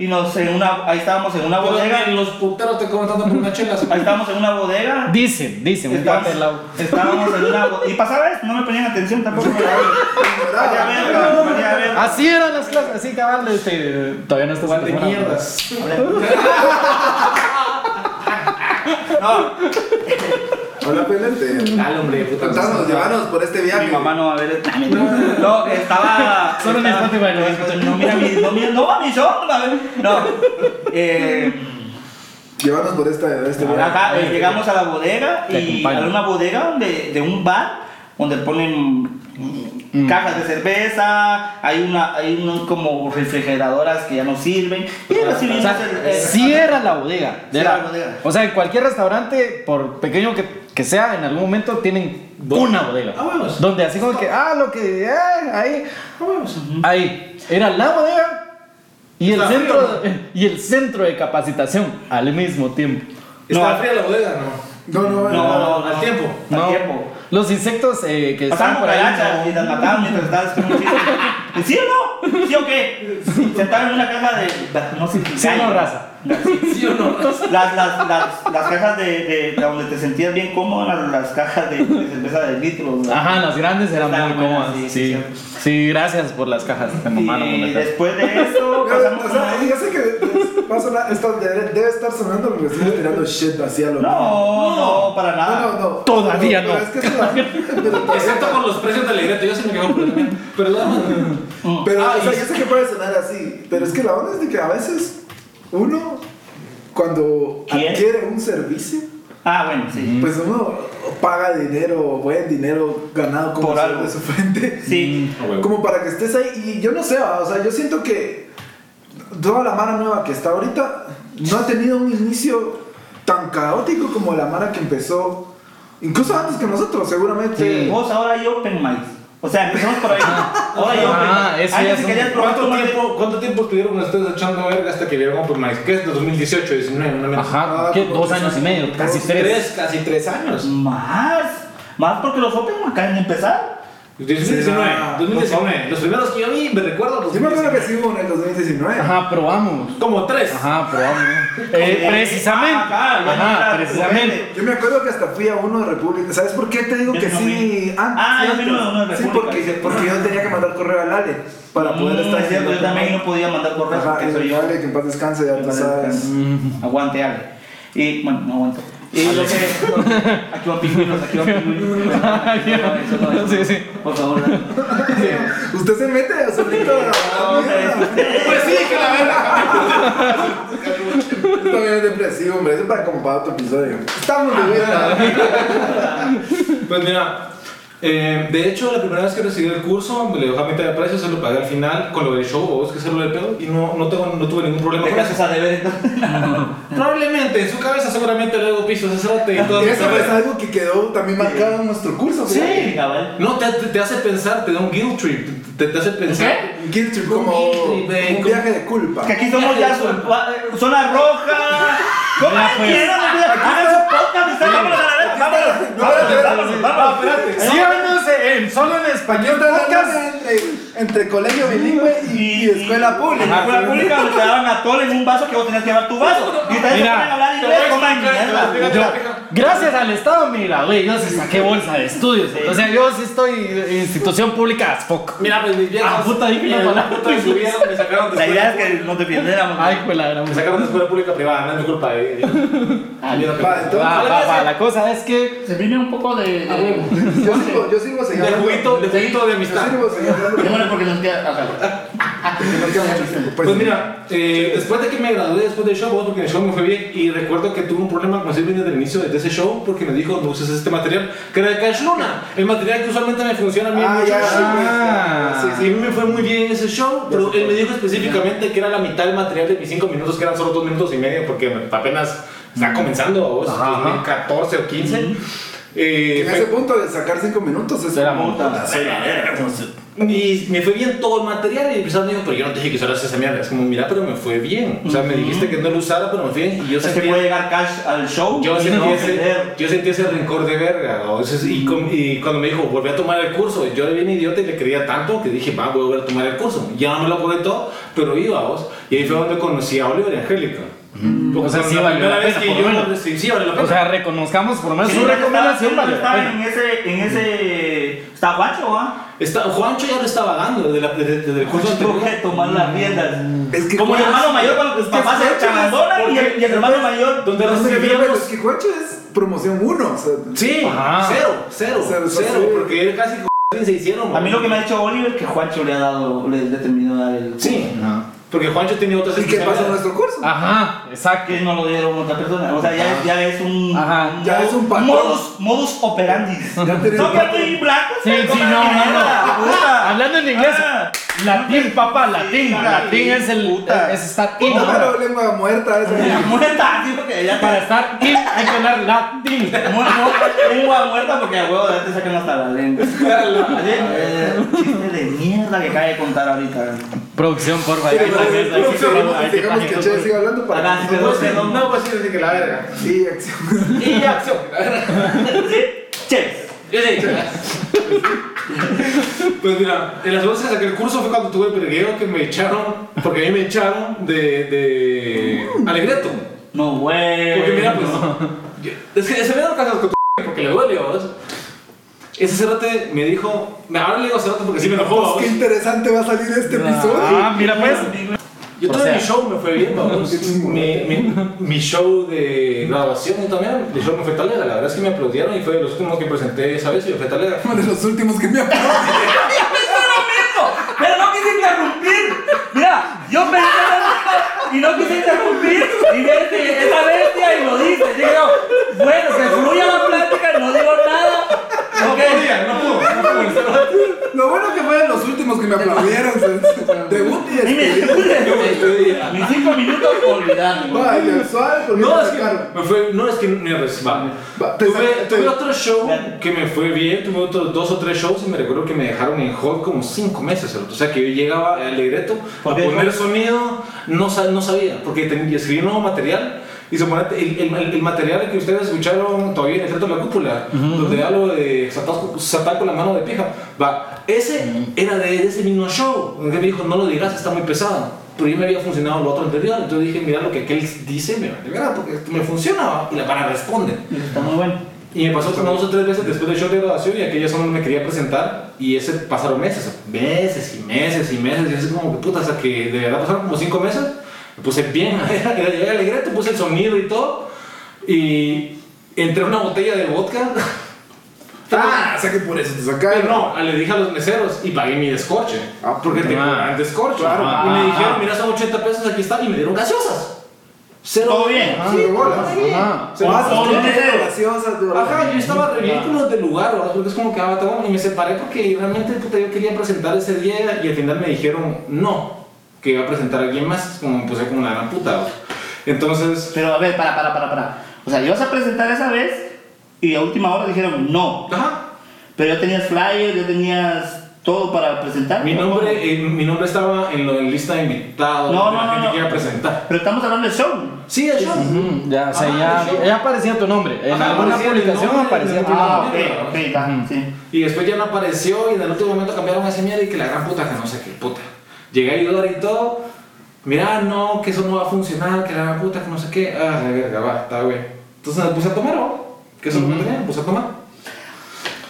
[SPEAKER 1] Y nos en una, ahí estábamos en una
[SPEAKER 2] Pero
[SPEAKER 1] bodega.
[SPEAKER 2] ni los puteros te comentando por una chela.
[SPEAKER 1] Ahí estábamos en una bodega.
[SPEAKER 4] Ah, Dicen, dicen, un
[SPEAKER 1] Estábamos,
[SPEAKER 4] cuate del lado.
[SPEAKER 1] estábamos en una bodega. Y pasaba esto, no me ponían atención tampoco. Vaya verga, vaya verga.
[SPEAKER 4] Así eran las clases, así cabal, este, todavía no estuvo
[SPEAKER 2] Igual de
[SPEAKER 4] fuera.
[SPEAKER 2] mierdas.
[SPEAKER 3] Habla pendiente.
[SPEAKER 2] Dale, hombre, puta.
[SPEAKER 3] Contanos, llévanos por este viaje.
[SPEAKER 1] Mi mamá no va a ver. No, estaba.
[SPEAKER 4] Solo en
[SPEAKER 1] estaba-
[SPEAKER 4] Spotify lo va a escuchar.
[SPEAKER 1] No mira mi. No, mira, no va a mi show, no va a ver. No. Eh.
[SPEAKER 3] Llévanos por esta, este viaje.
[SPEAKER 1] Ajá, eh, llegamos a la bodega
[SPEAKER 4] Te
[SPEAKER 1] y
[SPEAKER 4] acompaño.
[SPEAKER 1] a una bodega donde, de un bar donde ponen mm, cajas de cerveza, hay una, hay unos como refrigeradoras que ya no sirven. Y recibimos
[SPEAKER 4] O sea,
[SPEAKER 1] el- el-
[SPEAKER 4] cierra la bodega. de
[SPEAKER 1] Cierra
[SPEAKER 4] la-
[SPEAKER 1] la bodega.
[SPEAKER 4] O sea, en cualquier restaurante, por pequeño que, que sea, en algún momento tienen
[SPEAKER 2] Bo-
[SPEAKER 4] una bodega.
[SPEAKER 2] Ah, huevos.
[SPEAKER 4] Donde así como que, ah, lo que, ah, ahí,
[SPEAKER 2] No vamos.
[SPEAKER 4] ahí. Era la bodega y el,
[SPEAKER 2] Está
[SPEAKER 4] centro,
[SPEAKER 2] frío,
[SPEAKER 4] y el centro de capacitación al mismo tiempo.
[SPEAKER 2] Está
[SPEAKER 1] No.
[SPEAKER 2] fría la bodega,
[SPEAKER 3] [LAUGHS]
[SPEAKER 2] ¿no?
[SPEAKER 3] No, no,
[SPEAKER 1] No,
[SPEAKER 3] no.
[SPEAKER 1] no, no.
[SPEAKER 2] al tiempo.
[SPEAKER 1] Al
[SPEAKER 4] No,
[SPEAKER 1] tiempo.
[SPEAKER 4] los insectos eh, que están
[SPEAKER 1] Pasaban
[SPEAKER 4] por ahí.
[SPEAKER 1] cucarachas y las mataban mientras estabas como un chiste. ¿Y ¿Sí o no? ¿Sí o qué? Sentaban en una caja de. No sé
[SPEAKER 4] ¿Sí o no, raza?
[SPEAKER 2] ¿Sí o no?
[SPEAKER 1] Las, las, las, las cajas de, de- de donde te sentías bien cómodo, las, las cajas de, de cerveza de litros. ¿no?
[SPEAKER 4] Ajá, las grandes eran
[SPEAKER 1] Estaban
[SPEAKER 4] muy cómodas.
[SPEAKER 1] buenas, sí,
[SPEAKER 4] Sí,
[SPEAKER 1] sí,
[SPEAKER 4] Sí, gracias por las cajas. Te mamaron con
[SPEAKER 1] Y
[SPEAKER 4] las cajas.
[SPEAKER 1] después de
[SPEAKER 3] [LAUGHS]
[SPEAKER 1] eso, pasamos
[SPEAKER 3] O sea, yo sé que va a sonar- esto debe, debe estar sonando porque estoy tirando shit hacia lo
[SPEAKER 1] No, no, para nada.
[SPEAKER 3] No, no, no.
[SPEAKER 4] Todavía
[SPEAKER 3] Pero-
[SPEAKER 4] no.
[SPEAKER 3] Pero es que
[SPEAKER 1] [LAUGHS]
[SPEAKER 3] todavía- pero todavía-
[SPEAKER 2] Excepto con los precios de alegreto, yo se me quedo completamente. [LAUGHS] Pero la
[SPEAKER 3] [LAUGHS] Pero,
[SPEAKER 2] Ah,
[SPEAKER 3] o sea,
[SPEAKER 2] y-
[SPEAKER 3] yo sé que puede sonar así, pero es que la onda es de que a veces uno, cuando
[SPEAKER 1] ¿Quién?
[SPEAKER 3] adquiere un servicio,
[SPEAKER 1] Ah, bueno,
[SPEAKER 4] Mm.
[SPEAKER 1] sí.
[SPEAKER 3] pues uno paga dinero, buen dinero ganado como
[SPEAKER 1] Por
[SPEAKER 3] sudor
[SPEAKER 1] algo.
[SPEAKER 3] de su frente,
[SPEAKER 1] [LAUGHS] Sí.
[SPEAKER 3] [LAUGHS] como para que estés ahí. Y yo no sé, o sea, yo siento que toda la mara nueva que está ahorita no ha tenido un inicio tan caótico como la mara que empezó, incluso antes que nosotros, seguramente.
[SPEAKER 4] Sí.
[SPEAKER 1] Vos ahora hay open mic. O sea, empezamos por ahí. Ahora hay open
[SPEAKER 4] Ah,
[SPEAKER 1] mic.
[SPEAKER 4] eso ya
[SPEAKER 1] Antes
[SPEAKER 4] es
[SPEAKER 1] si querías
[SPEAKER 4] un-
[SPEAKER 1] probar
[SPEAKER 2] ¿Cuánto
[SPEAKER 1] tu
[SPEAKER 2] tiempo, ¿Cuánto tiempo estuvieron ustedes echando verga hasta que vieron Open Mic? ¿Qué es de 2018, 19? Una menos.
[SPEAKER 1] ah,
[SPEAKER 4] Ajá,
[SPEAKER 1] pues,
[SPEAKER 4] ¿qué?
[SPEAKER 3] como
[SPEAKER 4] Dos
[SPEAKER 3] tres
[SPEAKER 4] años y medio,
[SPEAKER 3] años,
[SPEAKER 4] casi
[SPEAKER 3] dos,
[SPEAKER 4] tres.
[SPEAKER 2] casi tres años.
[SPEAKER 1] Más. Más porque los open mic acaban de empezar.
[SPEAKER 2] 2019,
[SPEAKER 3] Sí, no.
[SPEAKER 2] 2019. Los primeros que yo vi, me recuerdo.
[SPEAKER 3] Yo me acuerdo que
[SPEAKER 2] 2019.
[SPEAKER 3] sí hubo en el 2019.
[SPEAKER 4] Ajá, probamos.
[SPEAKER 2] Como tres.
[SPEAKER 4] Ajá, probamos. Eh,
[SPEAKER 1] Eh,
[SPEAKER 4] precisamente.
[SPEAKER 1] ah, claro,
[SPEAKER 4] Ajá,
[SPEAKER 1] claro,
[SPEAKER 4] precisamente.
[SPEAKER 3] Yo me acuerdo que hasta fui a uno de República. ¿Sabes por qué te digo
[SPEAKER 1] Yo
[SPEAKER 3] que
[SPEAKER 1] no
[SPEAKER 3] sí?
[SPEAKER 1] fui. Ah, yo fui a uno de
[SPEAKER 3] Sí,
[SPEAKER 1] República.
[SPEAKER 3] porque, porque yo tenía que mandar correo al Ale para poder
[SPEAKER 1] Mm,
[SPEAKER 3] estar
[SPEAKER 1] es cierto,
[SPEAKER 3] haciendo
[SPEAKER 1] yo también no podía mandar correos
[SPEAKER 3] Ajá,
[SPEAKER 1] porque soy
[SPEAKER 3] el
[SPEAKER 1] yo.
[SPEAKER 3] Ale, que en paz descanse, ya tú sabes.
[SPEAKER 1] Mm, Aguante, Ale. Y bueno, no aguanto. Y lo que. Aquí van pingüinos, aquí van pingüinos. Eso no, eso no,
[SPEAKER 4] Sí, sí.
[SPEAKER 1] Por favor, dale.
[SPEAKER 3] Usted se mete solito a la
[SPEAKER 1] No,
[SPEAKER 3] mierda.
[SPEAKER 2] Pues sí, que la verga.
[SPEAKER 3] Esto también es depresivo, hombre. Eso es para como para otro episodio. Estamos de vida.
[SPEAKER 2] Pues mira, eh, de hecho, la primera vez que recibí el curso, me le dejó a mitad de precio, se lo pagué al final con lo del show, o es que se lo del pedo, y no, no, tengo, no tuve ningún problema
[SPEAKER 1] Te
[SPEAKER 2] con eso.
[SPEAKER 1] casas a deber entonces.
[SPEAKER 2] Probablemente, en su cabeza seguramente le hago piso a ese cerote y todo.
[SPEAKER 3] Y eso es algo que quedó también marcado en nuestro curso.
[SPEAKER 1] [LAUGHS] Sí, cabal.
[SPEAKER 2] No, te, te- te hace pensar, te da un guilt trip, te, te hace pensar.
[SPEAKER 3] Un guilt trip,
[SPEAKER 2] Un
[SPEAKER 3] como
[SPEAKER 2] guilt trip, eh,
[SPEAKER 3] un
[SPEAKER 2] como-
[SPEAKER 3] viaje de culpa.
[SPEAKER 1] Que aquí somos ya su- zona roja. ¿Cómo
[SPEAKER 4] Ya, pues.
[SPEAKER 1] quieren? Hagan su podcast, está- vámonos a la verga, vámonos, vámonos, vámonos, vámonos.
[SPEAKER 4] Síganos en solo en
[SPEAKER 3] Yo
[SPEAKER 4] español
[SPEAKER 3] estaba entre, entre colegio bilingüe y, y escuela pública.
[SPEAKER 1] En la escuela pública donde te daban a todo en un vaso que vos tenías que llevar tu vaso. Y ustedes se
[SPEAKER 4] Mira,
[SPEAKER 1] ponen a hablar
[SPEAKER 2] te ¿eh? voy
[SPEAKER 1] inglés,
[SPEAKER 2] a
[SPEAKER 1] coman
[SPEAKER 2] explicar, te voy a
[SPEAKER 1] mierda.
[SPEAKER 2] explicar.
[SPEAKER 4] Yo, gracias al Estado me gradué, yo sí saqué bolsa de estudios. O sea, yo sí estoy en institución pública as fuck.
[SPEAKER 2] Mira, pues mis viejos.
[SPEAKER 4] Ah, puta, dije una
[SPEAKER 2] eh,
[SPEAKER 4] palabra.
[SPEAKER 2] puta, me subieron, me sacaron de [LAUGHS]
[SPEAKER 1] La idea
[SPEAKER 2] escuela
[SPEAKER 1] es que nos defendiéramos.
[SPEAKER 4] Ay, pues la gran
[SPEAKER 2] Me sacaron de escuela pública privada, no es mi culpa de ellos. [LAUGHS] Ah, yo no
[SPEAKER 3] Va, entonces,
[SPEAKER 4] Va, va, va, la cosa es que
[SPEAKER 5] Se viene un poco de. de
[SPEAKER 3] yo sigo, yo sigo
[SPEAKER 2] De
[SPEAKER 3] señalando.
[SPEAKER 2] juguito, de juguito de
[SPEAKER 3] Yo
[SPEAKER 2] amistad.
[SPEAKER 3] sigo señalando.
[SPEAKER 5] Démosle porque nos queda. Ajá.
[SPEAKER 3] porque no queda mucho tiempo.
[SPEAKER 2] Pues, mira, eh, después de que me gradué después del show, bueno, porque en el show me fue bien y recuerdo que tuve un problema con Silvia desde el inicio de ese show porque me dijo no uses este material que era de Cash Luna, el material que usualmente me funciona a mí.
[SPEAKER 3] Ah,
[SPEAKER 2] mucho.
[SPEAKER 3] ya, sí, pues,
[SPEAKER 4] Ah.
[SPEAKER 3] ya, sí,
[SPEAKER 2] Sí, sí, me fue muy bien en ese show, pero él me dijo específicamente que era la mitad del material de mis 5 minutos, que eran solo 2 minutos y medio, porque apenas está comenzando, ¿vos?
[SPEAKER 4] Ajá, ajá.
[SPEAKER 2] 2014 o 15.
[SPEAKER 3] sí.
[SPEAKER 2] Eh,
[SPEAKER 3] En
[SPEAKER 2] fue-
[SPEAKER 3] ese punto de sacar 5 minutos es
[SPEAKER 4] Era
[SPEAKER 3] como-
[SPEAKER 4] puta.
[SPEAKER 3] Sí, la verga, como si-
[SPEAKER 2] Y me fue bien todo el material y el me dijo, pero yo no te dije que usaras esa mierda. Es como, mira, pero me fue bien. O sea, me dijiste que no lo usara, pero me fue bien. Y yo
[SPEAKER 1] Es que
[SPEAKER 2] sentía,
[SPEAKER 1] puede llegar Cash al show.
[SPEAKER 2] yo
[SPEAKER 1] y
[SPEAKER 2] sentí
[SPEAKER 1] no
[SPEAKER 2] ese,
[SPEAKER 1] ofender.
[SPEAKER 2] yo sentí ese rencor de verga. ¿no? Entonces, y, com- y cuando me dijo, volví a tomar el curso, yo era bien idiota y le creía tanto que dije, va, voy a volver a tomar el curso. Ya no me lo acordé todo, pero iba vos. Y ahí fue donde conocí a Oliver y Angélica. Porque
[SPEAKER 4] O sea,
[SPEAKER 2] fue
[SPEAKER 4] sí
[SPEAKER 2] la
[SPEAKER 4] valió la
[SPEAKER 2] primera vez
[SPEAKER 4] pena,
[SPEAKER 2] que
[SPEAKER 4] por lo
[SPEAKER 2] yo-
[SPEAKER 4] menos.
[SPEAKER 2] sí, sí, vale la pena.
[SPEAKER 4] O sea, reconozcamos por lo menos
[SPEAKER 1] Sí,
[SPEAKER 4] su
[SPEAKER 1] no
[SPEAKER 4] recomendación
[SPEAKER 1] estaba-
[SPEAKER 4] vale
[SPEAKER 1] no
[SPEAKER 4] la
[SPEAKER 1] estaba
[SPEAKER 4] pena.
[SPEAKER 1] en ese, en ese. Está guacho, ¿ah?
[SPEAKER 2] Está- Juancho ya lo estaba dando desde, la- desde- desde el curso
[SPEAKER 1] Tuvo
[SPEAKER 2] anterior.
[SPEAKER 1] que tomar las
[SPEAKER 2] Mm.
[SPEAKER 1] riendas.
[SPEAKER 3] Es que
[SPEAKER 1] Como el
[SPEAKER 3] Juancho-
[SPEAKER 1] hermano mayor cuando tus
[SPEAKER 3] es que
[SPEAKER 1] papás se
[SPEAKER 3] Juancho es-
[SPEAKER 1] chamandonan y el- y el hermano mayor.
[SPEAKER 2] Donde
[SPEAKER 3] No sé, pero
[SPEAKER 2] recibíamos
[SPEAKER 3] es que Juancho es promoción 1.
[SPEAKER 2] Sí,
[SPEAKER 4] Ajá.
[SPEAKER 2] cero, cero,
[SPEAKER 3] Cero,
[SPEAKER 2] cero,
[SPEAKER 3] sí.
[SPEAKER 2] porque él casi con se hicieron.
[SPEAKER 1] A mí lo que me ha dicho Oliver que Juancho le ha dado, le, le terminó de dar el.
[SPEAKER 2] Sí,
[SPEAKER 4] Ajá.
[SPEAKER 2] Porque Juancho tiene otras
[SPEAKER 3] ¿Y qué pasa en
[SPEAKER 2] especialidades.
[SPEAKER 3] nuestro curso?
[SPEAKER 4] Ajá, exacto.
[SPEAKER 1] que no lo dieron otra persona. O sea, ya, ya es un.
[SPEAKER 4] Ajá.
[SPEAKER 3] Ya es un patrón.
[SPEAKER 1] Modus, modus operandi.
[SPEAKER 3] Ya tenés
[SPEAKER 1] Son que
[SPEAKER 3] patrón.
[SPEAKER 1] muy blancos.
[SPEAKER 4] Sí,
[SPEAKER 1] pero
[SPEAKER 4] sí,
[SPEAKER 1] toman
[SPEAKER 4] no, no,
[SPEAKER 1] mierda,
[SPEAKER 4] no.
[SPEAKER 1] puta.
[SPEAKER 4] Hablando en inglés,
[SPEAKER 1] Ah,
[SPEAKER 4] latín, papá, latín.
[SPEAKER 1] Sí,
[SPEAKER 4] Latín es el. eh,
[SPEAKER 1] puta.
[SPEAKER 4] Es estar in.
[SPEAKER 3] No,
[SPEAKER 4] ¿no?
[SPEAKER 3] pero lengua muerta
[SPEAKER 1] la
[SPEAKER 3] esa.
[SPEAKER 1] muerta, digo que ya
[SPEAKER 4] Para
[SPEAKER 1] para.
[SPEAKER 4] estar in hay que hablar latín.
[SPEAKER 1] Lengua muerta porque a huevo de antes sacan hasta la lengua. Así, eh, Chiste de mierda que cae de contar ahorita.
[SPEAKER 4] Producción, por favor.
[SPEAKER 3] Pero, pero, pero, pero, Dejemos que Che siga hablando
[SPEAKER 1] Acá,
[SPEAKER 3] para
[SPEAKER 1] sí, pero-
[SPEAKER 2] No, pues, no, no, pues sí, así que la verga.
[SPEAKER 3] Sí, acción.
[SPEAKER 2] Y acción.
[SPEAKER 1] Che.
[SPEAKER 2] Pues mira, en las bolsas que el curso fue cuando tuve el pergueo que me echaron, porque a mí me echaron de, de Alegreto.
[SPEAKER 1] No, güey.
[SPEAKER 2] Porque mira, pues, yo- es que ese mero casas con tu porque le duele, vos. Ese cerote me dijo, me- ahora le digo cerote porque sí me enojó, vos.
[SPEAKER 3] Qué interesante va a salir este episodio.
[SPEAKER 4] Ah, mira pues.
[SPEAKER 2] Yo
[SPEAKER 4] O
[SPEAKER 2] todo
[SPEAKER 4] sea-
[SPEAKER 2] mi show me fue bien, vamos. mi, mi, mi show de graduación también, mi show me fue talega. La verdad es que me aplaudieron y fue de los últimos que presenté esa vez y me fue talega.
[SPEAKER 3] Uno de los últimos que me ha
[SPEAKER 1] ¡Ya pensó lo mismo! ¡Pero no quise interrumpir! Mira, yo pensé lo mismo y no quise interrumpir. Y vete, esa bestia y lo dice. Dije yo, bueno, que fluya la plática, no digo nada.
[SPEAKER 2] No
[SPEAKER 1] Ok.
[SPEAKER 2] podía, no pudo, no pudo el cerote.
[SPEAKER 3] Lo bueno que fueron los últimos que me aplaudieron. ¿sabes? Debut y
[SPEAKER 1] Y me
[SPEAKER 3] despedida.
[SPEAKER 1] despedí. Mis cinco minutos olvidarme.
[SPEAKER 3] Vaya, suave, porque
[SPEAKER 2] No,
[SPEAKER 3] me
[SPEAKER 2] es que
[SPEAKER 3] sacaron.
[SPEAKER 2] me fue, no es que me resbalé.
[SPEAKER 3] Va, te
[SPEAKER 2] Tuve,
[SPEAKER 3] saca-
[SPEAKER 2] tuve
[SPEAKER 3] te-
[SPEAKER 2] otro show
[SPEAKER 1] Espérate.
[SPEAKER 2] que me fue bien, tuve otros dos o tres shows y me recuerdo que me dejaron en hold como cinco meses. cerote. O sea que yo llegaba al libreto a
[SPEAKER 1] ¿Por qué?
[SPEAKER 2] poner sonido, no, sa- no sabía, porque tenía, escribí nuevo material. Y suponete, el, el- el- el material que ustedes escucharon todavía en el Teatro de la Cúpula, donde hablo de Satán Satán con la mano de pija, va, ese era de, de ese mismo show, donde me dijo, no lo digas, está muy pesado, pero yo me había funcionado lo otro anterior, entonces dije, mira lo que aquel dice, me vale verga, porque esto me funciona, va", y la para responde.
[SPEAKER 1] Está muy bueno.
[SPEAKER 2] Y me pasó como dos o tres veces después del show de graduación y aquella zona no me quería presentar y ese pasaron meses, meses y meses y meses y así como que puta, hasta que de verdad pasaron como cinco meses, me puse bien, [LAUGHS] era llegué alegre, te puse el sonido y todo y entré una botella de vodka,
[SPEAKER 3] Ah, o sea que por eso te
[SPEAKER 2] pero
[SPEAKER 3] sacaron.
[SPEAKER 2] no, le dije a los meseros y pagué mi descorche,
[SPEAKER 3] Ah,
[SPEAKER 2] porque te
[SPEAKER 4] ah.
[SPEAKER 2] cobran descorche,
[SPEAKER 4] Claro.
[SPEAKER 2] y me
[SPEAKER 4] Ah.
[SPEAKER 2] dijeron, mira, son 80 pesos, aquí está, y me dieron gaseosas. Cero.
[SPEAKER 1] Todo bien.
[SPEAKER 3] Ah, de bolas.
[SPEAKER 4] Ajá.
[SPEAKER 2] Cero.
[SPEAKER 3] Ah,
[SPEAKER 1] todo
[SPEAKER 3] esas
[SPEAKER 1] bien.
[SPEAKER 3] cosas graciosas, de bolas.
[SPEAKER 2] Ajá, yo estaba re ridículo del lugar, ¿verdad? Porque es como que ah, toma, y me separé porque realmente puta, yo quería presentar ese día y al final me dijeron no, que iba a presentar a alguien más, Es como me puse como una gran puta. ¿verdad? Entonces,
[SPEAKER 1] Pero a ver, para, para, para, para. O sea, ibas a presentar esa vez y a última hora dijeron no.
[SPEAKER 2] ajá,
[SPEAKER 1] Pero ya tenías flyer, ya tenías todo para presentar.
[SPEAKER 2] mi nombre, eh, mi nombre estaba en la lista de invitados,
[SPEAKER 1] No,
[SPEAKER 2] de la
[SPEAKER 1] no, no,
[SPEAKER 2] gente
[SPEAKER 1] no.
[SPEAKER 2] que iba a presentar.
[SPEAKER 1] Pero estamos hablando de show.
[SPEAKER 2] Sí, el show.
[SPEAKER 4] Mm, Ya, o
[SPEAKER 2] Ajá,
[SPEAKER 4] sea,
[SPEAKER 2] el
[SPEAKER 4] ya,
[SPEAKER 2] show.
[SPEAKER 4] ya aparecía tu nombre. En
[SPEAKER 2] Ajá,
[SPEAKER 4] alguna
[SPEAKER 2] aparecía el
[SPEAKER 4] publicación
[SPEAKER 2] nombre,
[SPEAKER 4] aparecía tu
[SPEAKER 2] el
[SPEAKER 4] nombre.
[SPEAKER 1] Ah,
[SPEAKER 2] nombre.
[SPEAKER 1] ok, ok, está, sí.
[SPEAKER 2] Y después ya no apareció y en el último momento cambiaron ese mierda y que la gran puta que no sé qué puta. Llegué a ayudar y todo. Mirá, no, que eso no va a funcionar, que la gran puta que no sé qué. Ah, la verga, va, está güey. Entonces me puse a tomar, ¿no? Que eso no me tenía, me puse a tomar.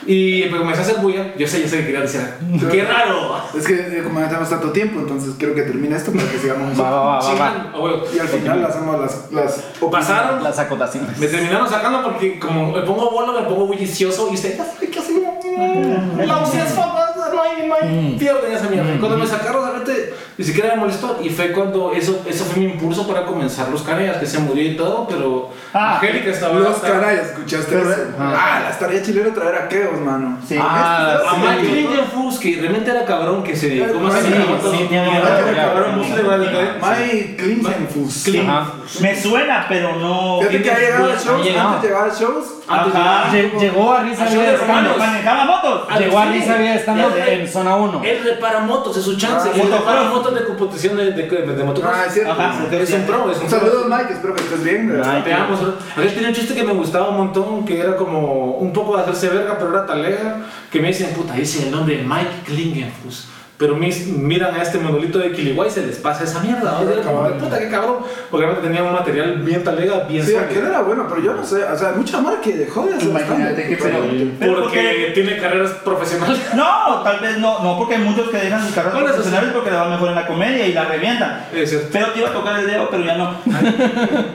[SPEAKER 2] Y pero comencé a hacer bulla. Yo sé, yo sé que quería decir. ¡Qué raro!
[SPEAKER 3] Es que eh, como ya tenemos tanto tiempo, entonces quiero que termine esto para que sigamos.
[SPEAKER 4] Va, va, va, va, va.
[SPEAKER 2] Chingan, a huevo.
[SPEAKER 3] Y al final hacemos las. las
[SPEAKER 2] O pasaron,
[SPEAKER 4] Las acotaciones.
[SPEAKER 2] me terminaron sacando porque como me pongo bola, me pongo bullicioso y usted, ya sabe qué hacer. Mm, La opción es famosa, no hay, no hay,
[SPEAKER 3] Mm.
[SPEAKER 2] pierden esa mierda. Cuando me sacaron, realmente ni siquiera me molestó. Y fue cuando eso, eso fue mi impulso para comenzar los canallas, que se murió y todo, pero
[SPEAKER 1] Ah,
[SPEAKER 2] Angélica estaba.
[SPEAKER 3] Los
[SPEAKER 2] estaba-
[SPEAKER 3] canallas, ¿escuchaste
[SPEAKER 1] Pero-
[SPEAKER 3] eso? Ah, la estaría chilero traer a Keos, mano.
[SPEAKER 1] Sí.
[SPEAKER 4] Ah,
[SPEAKER 2] A
[SPEAKER 3] Sí,
[SPEAKER 2] Mike
[SPEAKER 3] yo-
[SPEAKER 2] Lindenfus, que realmente era cabrón, que se. ¿Cómo se
[SPEAKER 3] Sí,
[SPEAKER 2] llama?
[SPEAKER 4] sí, tiene
[SPEAKER 2] Era
[SPEAKER 4] razón, ya.
[SPEAKER 2] cabrón, vos le ¿eh? vas a leer.
[SPEAKER 3] Mike Klingenfuss.
[SPEAKER 2] Klin-
[SPEAKER 4] Ajá.
[SPEAKER 1] Me suena, pero no.
[SPEAKER 3] Fíjate que ha llegado a
[SPEAKER 4] Ha
[SPEAKER 3] shows,
[SPEAKER 4] llegado.
[SPEAKER 3] antes de llegar a shows.
[SPEAKER 2] Antes de-
[SPEAKER 1] Ajá.
[SPEAKER 4] Lle- Llegó a Risa
[SPEAKER 2] Ah,
[SPEAKER 4] Vida
[SPEAKER 2] yo de
[SPEAKER 4] Estando.
[SPEAKER 2] romanos.
[SPEAKER 1] ¿Manejaba motos?
[SPEAKER 2] Ah,
[SPEAKER 4] Llegó a
[SPEAKER 2] sí.
[SPEAKER 4] Risa Vida Estando
[SPEAKER 2] Ya sé. Eh.
[SPEAKER 4] en zona 1.
[SPEAKER 2] Él repara motos, es su chance.
[SPEAKER 3] Ah,
[SPEAKER 2] él
[SPEAKER 1] motocross.
[SPEAKER 2] repara motos de competición de, de, de, de motocross.
[SPEAKER 3] Ah, es cierto.
[SPEAKER 1] Ajá.
[SPEAKER 2] Es un pro, es un
[SPEAKER 3] Un
[SPEAKER 2] pro.
[SPEAKER 3] saludo, Mike, espero que estés bien. de verdad.
[SPEAKER 2] Te amo, solo- Aquel tenía un chiste que me gustaba un montón, que era como un poco de hacerse verga, pero era talega, que me dicen, puta, dice el nombre Mike Klingenfuss. Pero mis- miran a este monolito de Kiliwai y se les pasa esa mierda. ¿no? Era como, puta, qué cabrón. Porque realmente tenía un material bien talega, bien
[SPEAKER 3] Sí,
[SPEAKER 2] sólido.
[SPEAKER 3] aquel era bueno, pero yo no sé. O sea, hay mucha madre que dejó de hacer
[SPEAKER 1] Imagínate
[SPEAKER 3] stand-up.
[SPEAKER 1] qué feo.
[SPEAKER 2] Porque,
[SPEAKER 1] Pero porque-
[SPEAKER 2] tiene carreras profesionales.
[SPEAKER 1] No, tal vez no, no, porque hay muchos que dejan sus carreras
[SPEAKER 2] Bueno, eso sí.
[SPEAKER 1] profesionales porque le van mejor en la comedia y la revientan.
[SPEAKER 2] Es cierto.
[SPEAKER 1] Pero te iba a tocar el dedo, pero ya
[SPEAKER 2] [LAUGHS]
[SPEAKER 1] no.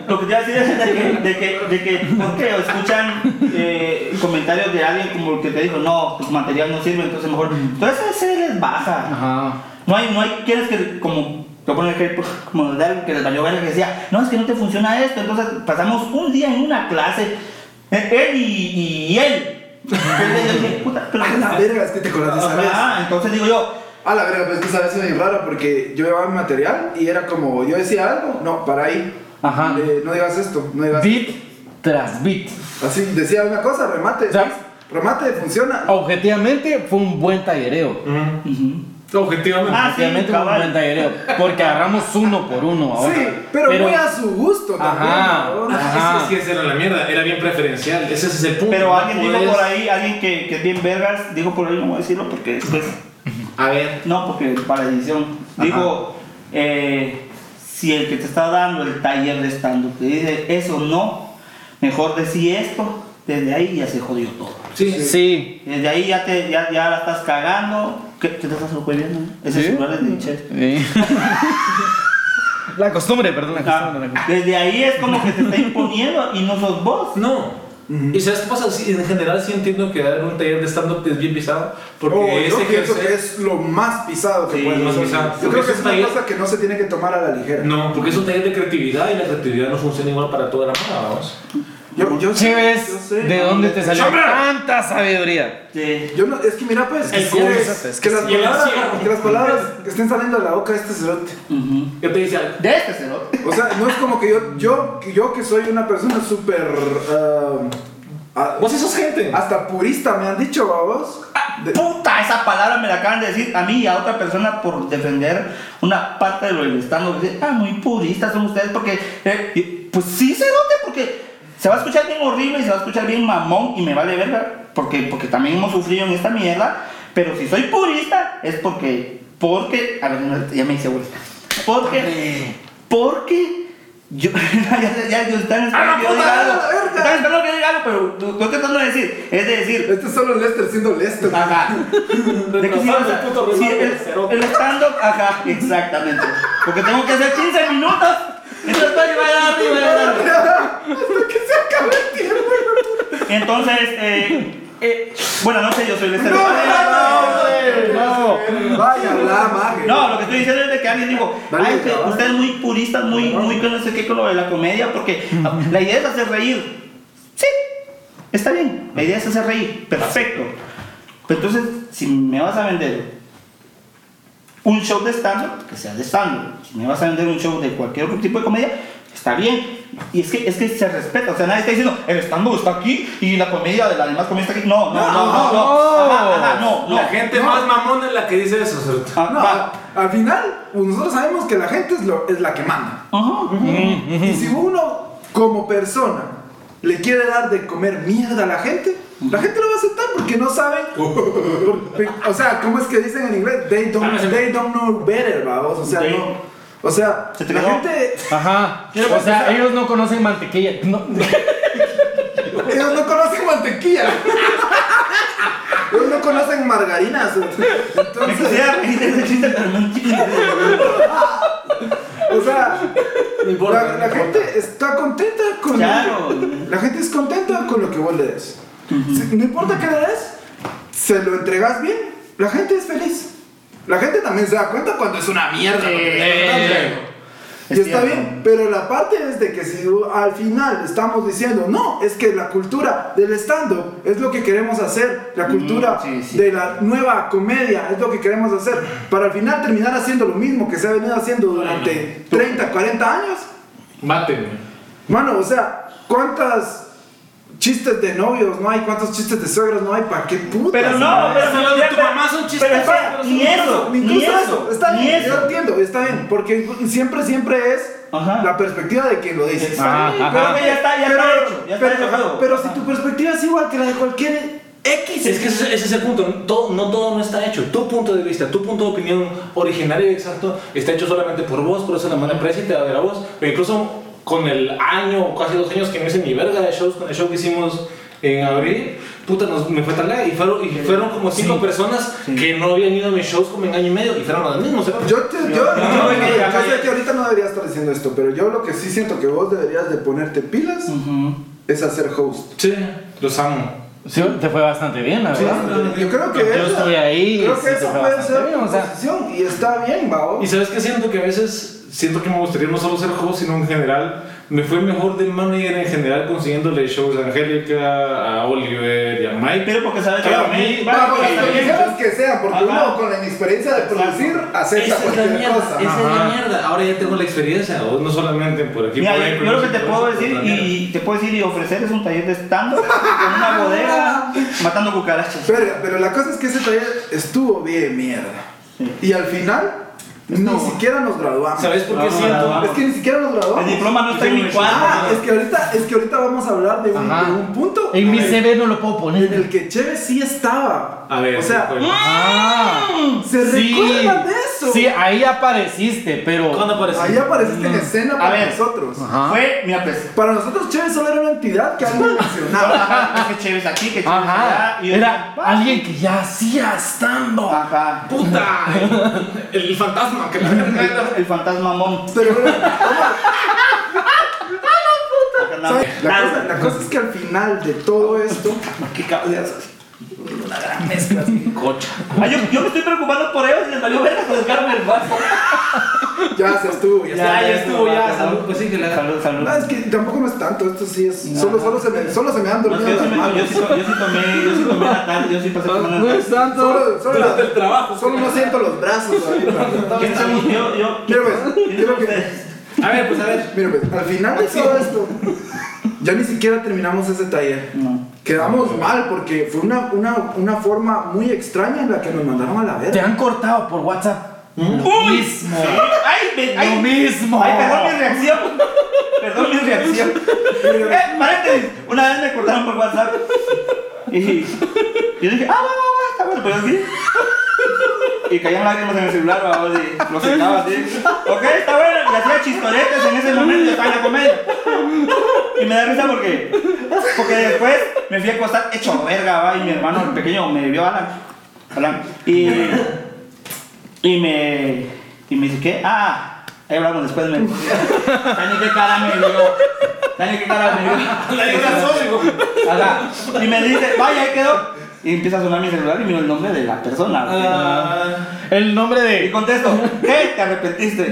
[SPEAKER 1] Lo que te iba a decir es de que, de que, de que porque escuchan eh, comentarios de alguien como el que te dijo, no, tu material no sirve, entonces mejor. Entonces se les baja.
[SPEAKER 4] Ajá.
[SPEAKER 1] No hay, no hay, quieres que como Yo por ejemplo, como de algo que les valió ver que decía, no, es que no te funciona esto. Entonces pasamos un día en una clase, eh, él y, y
[SPEAKER 2] [LAUGHS]
[SPEAKER 1] él. Entonces, yo dije, puta, pero-
[SPEAKER 3] A la verga, es que te acuerdas de esa vez.
[SPEAKER 1] Ajá, entonces digo yo,
[SPEAKER 3] A la verga, pues que esa vez es muy raro porque yo llevaba mi material y era como, yo decía algo, no, para ahí.
[SPEAKER 4] Ajá.
[SPEAKER 3] Eh, no digas esto, no digas
[SPEAKER 4] Beat tras beat.
[SPEAKER 3] Así, decía una cosa, remate,
[SPEAKER 4] O sea,
[SPEAKER 3] ¿ves? remate, funciona.
[SPEAKER 4] Oh, Objetivamente fue un buen tallereo.
[SPEAKER 2] Objetivamente.
[SPEAKER 1] Ah, sí,
[SPEAKER 4] Objetivamente fue un
[SPEAKER 1] cabal.
[SPEAKER 4] buen tallereo. Porque agarramos uno por uno ahora.
[SPEAKER 3] sí, pero, muy a su gusto también.
[SPEAKER 4] Ajá.
[SPEAKER 3] cabrón.
[SPEAKER 2] Ah, es que esa era la mierda, era bien preferencial, ese es el punto.
[SPEAKER 1] pero
[SPEAKER 2] no
[SPEAKER 1] alguien
[SPEAKER 2] podés-
[SPEAKER 1] dijo por ahí, alguien que, que es bien vergas, dijo por ahí, no voy a decirlo porque después,
[SPEAKER 2] A ver,
[SPEAKER 1] no, porque para edición, dijo, eh, si el que te está dando el taller de stand-up te dice eso no, mejor decir esto, desde ahí ya se jodió todo.
[SPEAKER 2] sí,
[SPEAKER 4] Sí.
[SPEAKER 1] Desde ahí ya, te, ya, ya la estás cagando. ¿Qué, qué te estás sorprendiendo? Ese
[SPEAKER 4] ¿Sí?
[SPEAKER 1] celular es de Michelle.
[SPEAKER 4] Sí. [LAUGHS] La costumbre, perdón, la
[SPEAKER 1] Ah,
[SPEAKER 4] costumbre. la costumbre.
[SPEAKER 1] desde ahí es como que te está imponiendo y no sos vos.
[SPEAKER 2] No. Y sabes qué pasa, Sí, en general sí entiendo que dar un taller de stand-up es bien pisado, porque
[SPEAKER 3] Oh,
[SPEAKER 2] es
[SPEAKER 3] yo pienso
[SPEAKER 2] ejercer-
[SPEAKER 3] que es lo más pisado que
[SPEAKER 1] Sí,
[SPEAKER 3] puede
[SPEAKER 2] más
[SPEAKER 3] ser.
[SPEAKER 2] pisado.
[SPEAKER 3] Yo
[SPEAKER 2] Porque
[SPEAKER 3] creo que
[SPEAKER 2] es
[SPEAKER 3] es una
[SPEAKER 2] taller-
[SPEAKER 3] cosa que no se tiene que tomar a la ligera.
[SPEAKER 2] No, porque es un taller de creatividad y la creatividad no funciona igual para toda la mano, vamos.
[SPEAKER 3] Yo, yo
[SPEAKER 4] Che,
[SPEAKER 3] sé,
[SPEAKER 4] ves
[SPEAKER 3] yo sé.
[SPEAKER 4] de dónde te salió
[SPEAKER 2] ¡Sombra!
[SPEAKER 4] tanta sabiduría.
[SPEAKER 1] Te-
[SPEAKER 3] Yo no, es que mira, pues,
[SPEAKER 2] El
[SPEAKER 3] que,
[SPEAKER 2] cómo
[SPEAKER 3] es-
[SPEAKER 4] es, es
[SPEAKER 3] que
[SPEAKER 4] que
[SPEAKER 3] las
[SPEAKER 2] sí.
[SPEAKER 3] palabras,
[SPEAKER 2] Sí.
[SPEAKER 3] que las palabras que estén saliendo de la boca de este cerote.
[SPEAKER 1] Ujú.
[SPEAKER 2] Yo te decía,
[SPEAKER 5] De este cerote.
[SPEAKER 3] O sea, no es como que yo, yo, que yo que soy una persona súper. ah, ah,
[SPEAKER 2] vos sí sos gente.
[SPEAKER 3] hasta purista me han dicho, babos. De-
[SPEAKER 1] Puta, esa palabra me la acaban de decir a mí y a otra persona por defender una parte de lo del estando. Dice, ah, muy puristas son ustedes porque, eh, y- pues sí, cerote, porque se va a escuchar bien horrible y se va a escuchar bien mamón y me vale verga, porque, porque también hemos sufrido en esta mierda. Pero si soy purista es porque, porque, a ver, no, ya me hice vuelta. Porque, porque. Yo, [LAUGHS] ya, ya, ya están esperando
[SPEAKER 3] ¡A la
[SPEAKER 1] que yo diga
[SPEAKER 3] puta,
[SPEAKER 1] algo.
[SPEAKER 3] a la verga!
[SPEAKER 1] Están esperando que yo diga algo, pero no no te tratando de decir. Es de decir,
[SPEAKER 3] [LAUGHS] Este es solo Lester siendo
[SPEAKER 1] [LAUGHS]
[SPEAKER 3] Lester. [LAUGHS]
[SPEAKER 1] Ajá. De que si vas a- si el, el stand-up, ajá, exactamente. Porque tengo que hacer 15 minutos. Entonces estoy bailando y bailando.
[SPEAKER 3] Hasta que se acabe el tiempo.
[SPEAKER 1] Entonces, eh, eh, buenas noches, yo soy Lester.
[SPEAKER 3] No,
[SPEAKER 4] No.
[SPEAKER 3] Vaya la madre.
[SPEAKER 1] No, lo que estoy diciendo es de que alguien dijo,
[SPEAKER 3] Dale,
[SPEAKER 1] ay, usted,
[SPEAKER 3] cabrón.
[SPEAKER 1] usted es muy purista, muy, muy que no sé qué con lo de la comedia, porque la idea es hacer reír. Sí, está bien, la idea es hacer reír, perfecto. Pero entonces, si me vas a vender un show de stand-up, que sea de stand-up, si me vas a vender un show de cualquier otro tipo de comedia, está bien. Y es que, es que se respeta, o sea, nadie está diciendo, el stand-up está aquí y la comedia de la demás comedia está aquí. No, no, no, no, no,
[SPEAKER 4] No.
[SPEAKER 1] Ajá, ajá, no, no.
[SPEAKER 2] la gente
[SPEAKER 3] no.
[SPEAKER 2] más mamona es la que dice eso, ¿cierto?
[SPEAKER 1] Ah,
[SPEAKER 3] No,
[SPEAKER 1] va.
[SPEAKER 3] al final, nosotros sabemos que la gente es, lo- es la que manda.
[SPEAKER 1] Ajá.
[SPEAKER 3] Y si uno, como persona, le quiere dar de comer mierda a la gente, la gente lo va a aceptar porque
[SPEAKER 1] [LAUGHS]
[SPEAKER 3] no saben. o sea, ¿cómo es que dicen en inglés? They don't, they don't know better, vamos. O sea,
[SPEAKER 1] Ah, They-
[SPEAKER 3] no. O sea,
[SPEAKER 1] Se te
[SPEAKER 3] la
[SPEAKER 1] quedó.
[SPEAKER 3] gente.
[SPEAKER 4] Ajá. O
[SPEAKER 3] pues,
[SPEAKER 4] sea,
[SPEAKER 3] esa-
[SPEAKER 4] ellos no conocen mantequilla. No.
[SPEAKER 3] Ellos no conocen mantequilla. [LAUGHS] Ellos no conocen
[SPEAKER 1] [LAUGHS]
[SPEAKER 3] margarinas.
[SPEAKER 1] Me
[SPEAKER 3] Entonces,
[SPEAKER 1] quisiera reír de ese chiste, pero no entiendo.
[SPEAKER 3] o sea,
[SPEAKER 2] No importa.
[SPEAKER 3] la, la gente está contenta con
[SPEAKER 1] Claro.
[SPEAKER 3] lo que- La gente es contenta con lo que vos le des. Si- No importa qué le des, se lo entregas bien, la gente es feliz. La gente también se da cuenta cuando es una mierda. lo que le estás dando.
[SPEAKER 1] Es
[SPEAKER 3] y está
[SPEAKER 1] cierto.
[SPEAKER 3] bien, pero la parte es de que si al final estamos diciendo, no, es que la cultura del stand-up es lo que queremos hacer, la cultura
[SPEAKER 1] sí, sí.
[SPEAKER 3] de la nueva comedia es lo que queremos hacer, para al final terminar haciendo lo mismo que se ha venido haciendo durante 30, 40 años,
[SPEAKER 2] Mátenme.
[SPEAKER 3] Mano, o sea, ¿cuántas chistes de novios no hay? ¿Cuántos chistes de suegros no hay? ¿Para qué putas?
[SPEAKER 1] Pero no,
[SPEAKER 3] madre?
[SPEAKER 1] pero
[SPEAKER 2] Estás hablando de tu mamá, son chistes,
[SPEAKER 1] Pero espera,
[SPEAKER 2] pero son
[SPEAKER 1] ni eso, ni
[SPEAKER 3] Incluso
[SPEAKER 1] eso,
[SPEAKER 3] está
[SPEAKER 1] ni
[SPEAKER 3] bien, yo
[SPEAKER 1] eso.
[SPEAKER 3] entiendo, está bien, porque siempre, siempre es
[SPEAKER 1] Ajá.
[SPEAKER 3] la perspectiva de quien lo dice.
[SPEAKER 1] Está bien,
[SPEAKER 4] Ajá, ajá.
[SPEAKER 1] Pero que ya está, ya está hecho, ya está
[SPEAKER 3] pero,
[SPEAKER 1] hecho el
[SPEAKER 3] ajá,
[SPEAKER 1] juego.
[SPEAKER 3] pero si
[SPEAKER 1] Ajá.
[SPEAKER 3] tu perspectiva es igual que la de cualquier X,
[SPEAKER 2] Es que ese, ese es el punto, todo- no todo no está hecho. Tu punto de vista, tu punto de opinión originario y exacto está hecho solamente por vos, por eso la mala empresa y te va a ver a vos. Pero incluso con el año, casi dos años que no hice ni verga de shows, con el show que hicimos en abril, puta, nos, me fue tan lag y fueron, y fueron como cinco personas que no habían ido a mis shows como en año y medio y fueron ¿eh? las mismas. ¿sabes?
[SPEAKER 3] Yo, te- yo, yo,
[SPEAKER 2] no, no,
[SPEAKER 3] yo- yo
[SPEAKER 2] no.
[SPEAKER 3] sé que ahorita no debería estar diciendo esto, pero yo lo que sí siento que vos deberías de ponerte pilas
[SPEAKER 1] Ujú.
[SPEAKER 3] es hacer host.
[SPEAKER 2] Sí, los amo.
[SPEAKER 4] Sí, te fue bastante bien, la
[SPEAKER 3] Sí,
[SPEAKER 4] verdad.
[SPEAKER 3] yo creo que
[SPEAKER 4] Yo
[SPEAKER 3] esa-
[SPEAKER 4] estuve ahí,
[SPEAKER 3] Creo
[SPEAKER 4] sí,
[SPEAKER 3] que
[SPEAKER 4] te
[SPEAKER 3] esa
[SPEAKER 4] fue
[SPEAKER 3] puede
[SPEAKER 4] bastante
[SPEAKER 3] ser
[SPEAKER 4] bien, o
[SPEAKER 3] la
[SPEAKER 4] sea.
[SPEAKER 3] posición y está bien, va.
[SPEAKER 2] Y sabes que siento que a veces siento que me gustaría no solo ser host, sino en general. Me fue mejor de manager en general consiguiéndole shows a Angélica, a Oliver y a Mike.
[SPEAKER 1] Pero porque sabes
[SPEAKER 2] Claro,
[SPEAKER 1] que a mí-
[SPEAKER 2] y-
[SPEAKER 1] va,
[SPEAKER 3] Va, con
[SPEAKER 1] porque
[SPEAKER 3] las
[SPEAKER 1] está bien.
[SPEAKER 3] condiciones que sea, porque
[SPEAKER 1] Ajá.
[SPEAKER 3] uno con la experiencia de producir acepta
[SPEAKER 2] Esa es la
[SPEAKER 3] cualquier
[SPEAKER 2] mierda,
[SPEAKER 3] cosa.
[SPEAKER 2] esa es la
[SPEAKER 4] Ajá.
[SPEAKER 2] mierda. Ahora ya tengo la experiencia, vos no solamente por aquí.
[SPEAKER 1] Mira,
[SPEAKER 2] por ahí,
[SPEAKER 1] yo,
[SPEAKER 2] por
[SPEAKER 1] yo lo que te
[SPEAKER 2] aquí,
[SPEAKER 1] puedo
[SPEAKER 2] por aquí,
[SPEAKER 1] decir
[SPEAKER 2] por acá.
[SPEAKER 1] y, y te puedo decir y ofrecer es un taller de stand con una bodega matando cucarachas.
[SPEAKER 3] Pero, pero la cosa es que ese taller estuvo bien mierda. Y al final, ni siquiera nos graduamos.
[SPEAKER 2] ¿Sabes por qué
[SPEAKER 4] No,
[SPEAKER 2] siento?
[SPEAKER 4] no, no.
[SPEAKER 3] Es que ni siquiera nos
[SPEAKER 1] El
[SPEAKER 3] graduamos.
[SPEAKER 1] diploma no está en mi
[SPEAKER 3] Ah, es
[SPEAKER 1] cuadro.
[SPEAKER 3] que ahorita, es que ahorita vamos a hablar de un,
[SPEAKER 4] Ajá.
[SPEAKER 3] de un punto
[SPEAKER 4] En mi
[SPEAKER 3] en el-
[SPEAKER 4] CV no lo puedo
[SPEAKER 3] en el
[SPEAKER 4] poner.
[SPEAKER 3] que Cheve sí estaba.
[SPEAKER 2] A ver, pues,
[SPEAKER 3] o sea,
[SPEAKER 2] ¿cuál?
[SPEAKER 4] Ah,
[SPEAKER 3] ¿se recuerdan de eso?
[SPEAKER 4] Sí, ahí apareciste, pero.
[SPEAKER 2] ¿cuándo apareció?
[SPEAKER 3] ahí apareciste en escena para
[SPEAKER 1] ver.
[SPEAKER 3] nosotros.
[SPEAKER 4] Ajá.
[SPEAKER 1] Fue, mira pues,
[SPEAKER 3] Para nosotros Cheve solo era una entidad que alguien mencionaba.
[SPEAKER 1] ah, qué chévere es aquí, qué chévere es allá.
[SPEAKER 4] Ajá.
[SPEAKER 1] Y Ah,
[SPEAKER 4] Era alguien que ya hacía estando.
[SPEAKER 1] Ajá.
[SPEAKER 2] ¡Puta! El, el fantasma que
[SPEAKER 1] [LAUGHS]
[SPEAKER 2] la verga.
[SPEAKER 1] El fantasma mom.
[SPEAKER 3] Pero bueno, ¿sabes? la,
[SPEAKER 1] Claro.
[SPEAKER 3] cosa, la cosa es que al final de todo esto,
[SPEAKER 1] ¿Qué cabrón de hacer? Una gran mezcla así. [LAUGHS] Cocha. Ah, yo, yo me estoy preocupando por ellos y les valió verga con el carro del barco.
[SPEAKER 3] ya se estuvo. Ya
[SPEAKER 1] Ya,
[SPEAKER 3] se
[SPEAKER 1] ya, estuvo, ya.
[SPEAKER 2] Salud, pues sí que la-
[SPEAKER 1] Salud, salud.
[SPEAKER 3] No, es que tampoco no es tanto, esto sí es. Solo, solo, se me, solo se me han
[SPEAKER 1] No, es
[SPEAKER 3] dormido
[SPEAKER 1] que yo sí
[SPEAKER 3] las
[SPEAKER 1] me-
[SPEAKER 3] manos.
[SPEAKER 1] yo sí to- yo sí tomé, yo sí tomé la tarde, yo sí pasé por
[SPEAKER 4] No
[SPEAKER 1] una
[SPEAKER 4] es tanto.
[SPEAKER 3] Solo, solo,
[SPEAKER 2] Durante el trabajo.
[SPEAKER 3] solo no siento los brazos ahorita.
[SPEAKER 1] ¿Quiénes somos? Yo, yo.
[SPEAKER 3] Mira,
[SPEAKER 1] ¿Quiénes son
[SPEAKER 3] pues, creo que-
[SPEAKER 1] ustedes?
[SPEAKER 2] A ver, pues a ver.
[SPEAKER 3] Mira, pues, al final de todo esto, ya ni siquiera terminamos ese taller.
[SPEAKER 1] No.
[SPEAKER 3] Quedamos mal porque fue una, una, una forma muy extraña en la que nos mandaron a la
[SPEAKER 4] Te
[SPEAKER 3] verga.
[SPEAKER 4] han cortado por WhatsApp. Lo
[SPEAKER 1] ¡Uy!
[SPEAKER 4] mismo.
[SPEAKER 1] ¡Ay, me, ay,
[SPEAKER 4] Lo mismo.
[SPEAKER 1] Ay, perdón mi reacción. Perdón mi reacción. Eh, paréntesis. Una vez me cortaron por WhatsApp. Y yo dije, ah, va, va, va, está bueno, pero sí. Y caían lágrimas en el celular, vamos, y lo sentaba así. Ok, está bueno. Y hacía chistoretes en ese momento, estaba en la comedia. Y me da risa porque, porque después me fui a acostar hecho verga, va, y mi hermano el pequeño me vio Alan. Alan. Y, y me. Y me dice, ¿qué? Ah, ahí hablamos después. Me Dani, qué cara me dio. Dani, qué cara me dio.
[SPEAKER 2] La llorazón, hijo.
[SPEAKER 1] Ajá. Y me dice, vaya, ahí quedó. Y empieza a sonar mi celular y miro el nombre de la persona.
[SPEAKER 2] Ah,
[SPEAKER 4] El nombre
[SPEAKER 1] Y
[SPEAKER 4] de.
[SPEAKER 1] contesto, ¿qué? ¿Te arrepentiste?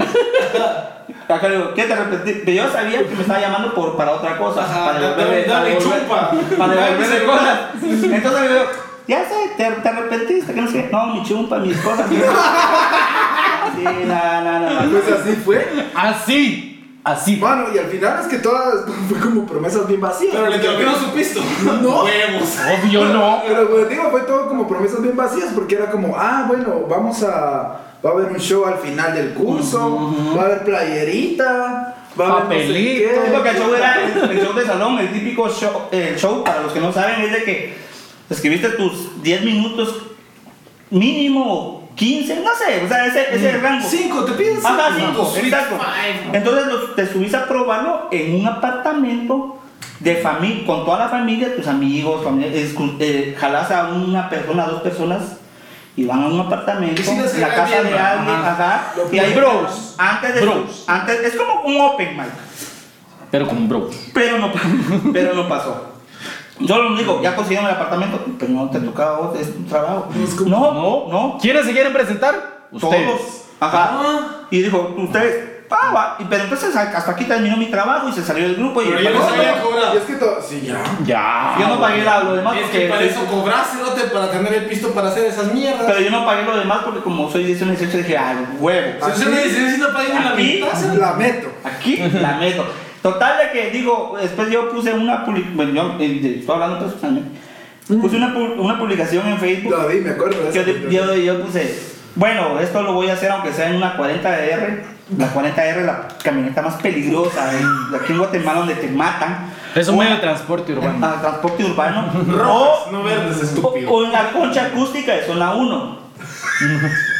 [SPEAKER 1] Acá le digo, ¿qué te arrepentiste? Yo sabía que me estaba llamando por, para otra cosa.
[SPEAKER 2] Ajá,
[SPEAKER 1] para
[SPEAKER 2] dale,
[SPEAKER 1] devolverle- para
[SPEAKER 2] dale,
[SPEAKER 1] devolverle-
[SPEAKER 2] chupa.
[SPEAKER 1] Para
[SPEAKER 2] Dale,
[SPEAKER 1] devolverle
[SPEAKER 2] sí.
[SPEAKER 1] cosas. Entonces le digo, ya sé, te, te arrepentiste. Que no sé, no, mi chumpa, mis cosas. mi- Sí, la, la, la, la.
[SPEAKER 3] Pues así fue.
[SPEAKER 4] Así. Así.
[SPEAKER 3] Mano, y al final es que todas [LAUGHS] fue como promesas bien vacías.
[SPEAKER 2] Pero le tengo que no supiste.
[SPEAKER 3] No.
[SPEAKER 2] Huevos.
[SPEAKER 4] Obvio no.
[SPEAKER 3] Pero pues, digo, fue todo como promesas bien vacías porque era como, ah, bueno, vamos a. Va a haber un show al final del curso, va a haber playerita, va a haber. no sé
[SPEAKER 4] Papelito.
[SPEAKER 3] qué.
[SPEAKER 1] Lo que el show era el, el show de salón, el típico show, el show, para los que no saben, es de que escribiste tus 10 minutos mínimo, 15, no sé, o sea, ese, ese
[SPEAKER 2] Mm.
[SPEAKER 1] rango.
[SPEAKER 2] Cinco, te pides.
[SPEAKER 1] Ajá,
[SPEAKER 2] cinco.
[SPEAKER 1] cinco, exacto. Entonces los- te subís a probarlo en un apartamento de familia, con toda la familia, tus amigos, familia, es- eh, jalás a una persona, a dos personas y van a un apartamento,
[SPEAKER 2] Y si les
[SPEAKER 1] la
[SPEAKER 2] cae
[SPEAKER 1] casa
[SPEAKER 2] bien,
[SPEAKER 1] de
[SPEAKER 2] ¿no?
[SPEAKER 1] alguien,
[SPEAKER 4] Ajá.
[SPEAKER 1] ajá, y ahí
[SPEAKER 4] Bros.
[SPEAKER 1] antes de
[SPEAKER 4] Bros.
[SPEAKER 1] antes es como un open mic.
[SPEAKER 4] Pero con bro.
[SPEAKER 1] Pero no, [LAUGHS] pero no pasó. Yo lo único, ya consiguieron el apartamento, pero no te tocaba a vos, es tu trabajo. no, no,
[SPEAKER 4] ¿Quiénes se quieren presentar? Ustedes.
[SPEAKER 1] todos.
[SPEAKER 2] Ah.
[SPEAKER 1] Ajá. Y dijo, ustedes, pa, va. Y, pero entonces hasta aquí terminó mi trabajo y se salió del grupo. Y
[SPEAKER 2] Pero yo
[SPEAKER 3] No,
[SPEAKER 2] no sabía
[SPEAKER 3] no,
[SPEAKER 2] cobrar.
[SPEAKER 3] Y es que todo. Sí, ya.
[SPEAKER 4] Ya.
[SPEAKER 1] Yo no pagué la- lo demás
[SPEAKER 2] Es
[SPEAKER 1] porque.
[SPEAKER 2] que para eso cobraste, no te para tener el pisto para hacer esas
[SPEAKER 1] Pero
[SPEAKER 2] mierdas.
[SPEAKER 1] yo no pagué lo demás porque como soy 18, 18 dije, al huevo.
[SPEAKER 2] Si usted me dice, si no pagan la
[SPEAKER 1] Aquí.
[SPEAKER 2] mitad, se
[SPEAKER 3] La meto.
[SPEAKER 1] Aquí la meto. Total de que digo, después yo puse una publicación, bueno, yo eh, de- estoy hablando personalmente. Puse una, pu- una publicación en Facebook.
[SPEAKER 3] David, me acuerdo de
[SPEAKER 1] Yo,
[SPEAKER 3] eso.
[SPEAKER 1] yo, yo puse, bueno, esto lo voy a hacer aunque sea en una 40R. La 40R es la camioneta más peligrosa de- de aquí en Guatemala donde te matan.
[SPEAKER 4] Es un
[SPEAKER 1] O-
[SPEAKER 4] medio de transporte urbano.
[SPEAKER 1] Ah, transporte urbano.
[SPEAKER 2] Rojas,
[SPEAKER 1] Oh,
[SPEAKER 2] no verdes,
[SPEAKER 1] O,
[SPEAKER 2] estúpido.
[SPEAKER 1] o en la concha acústica de zona 1.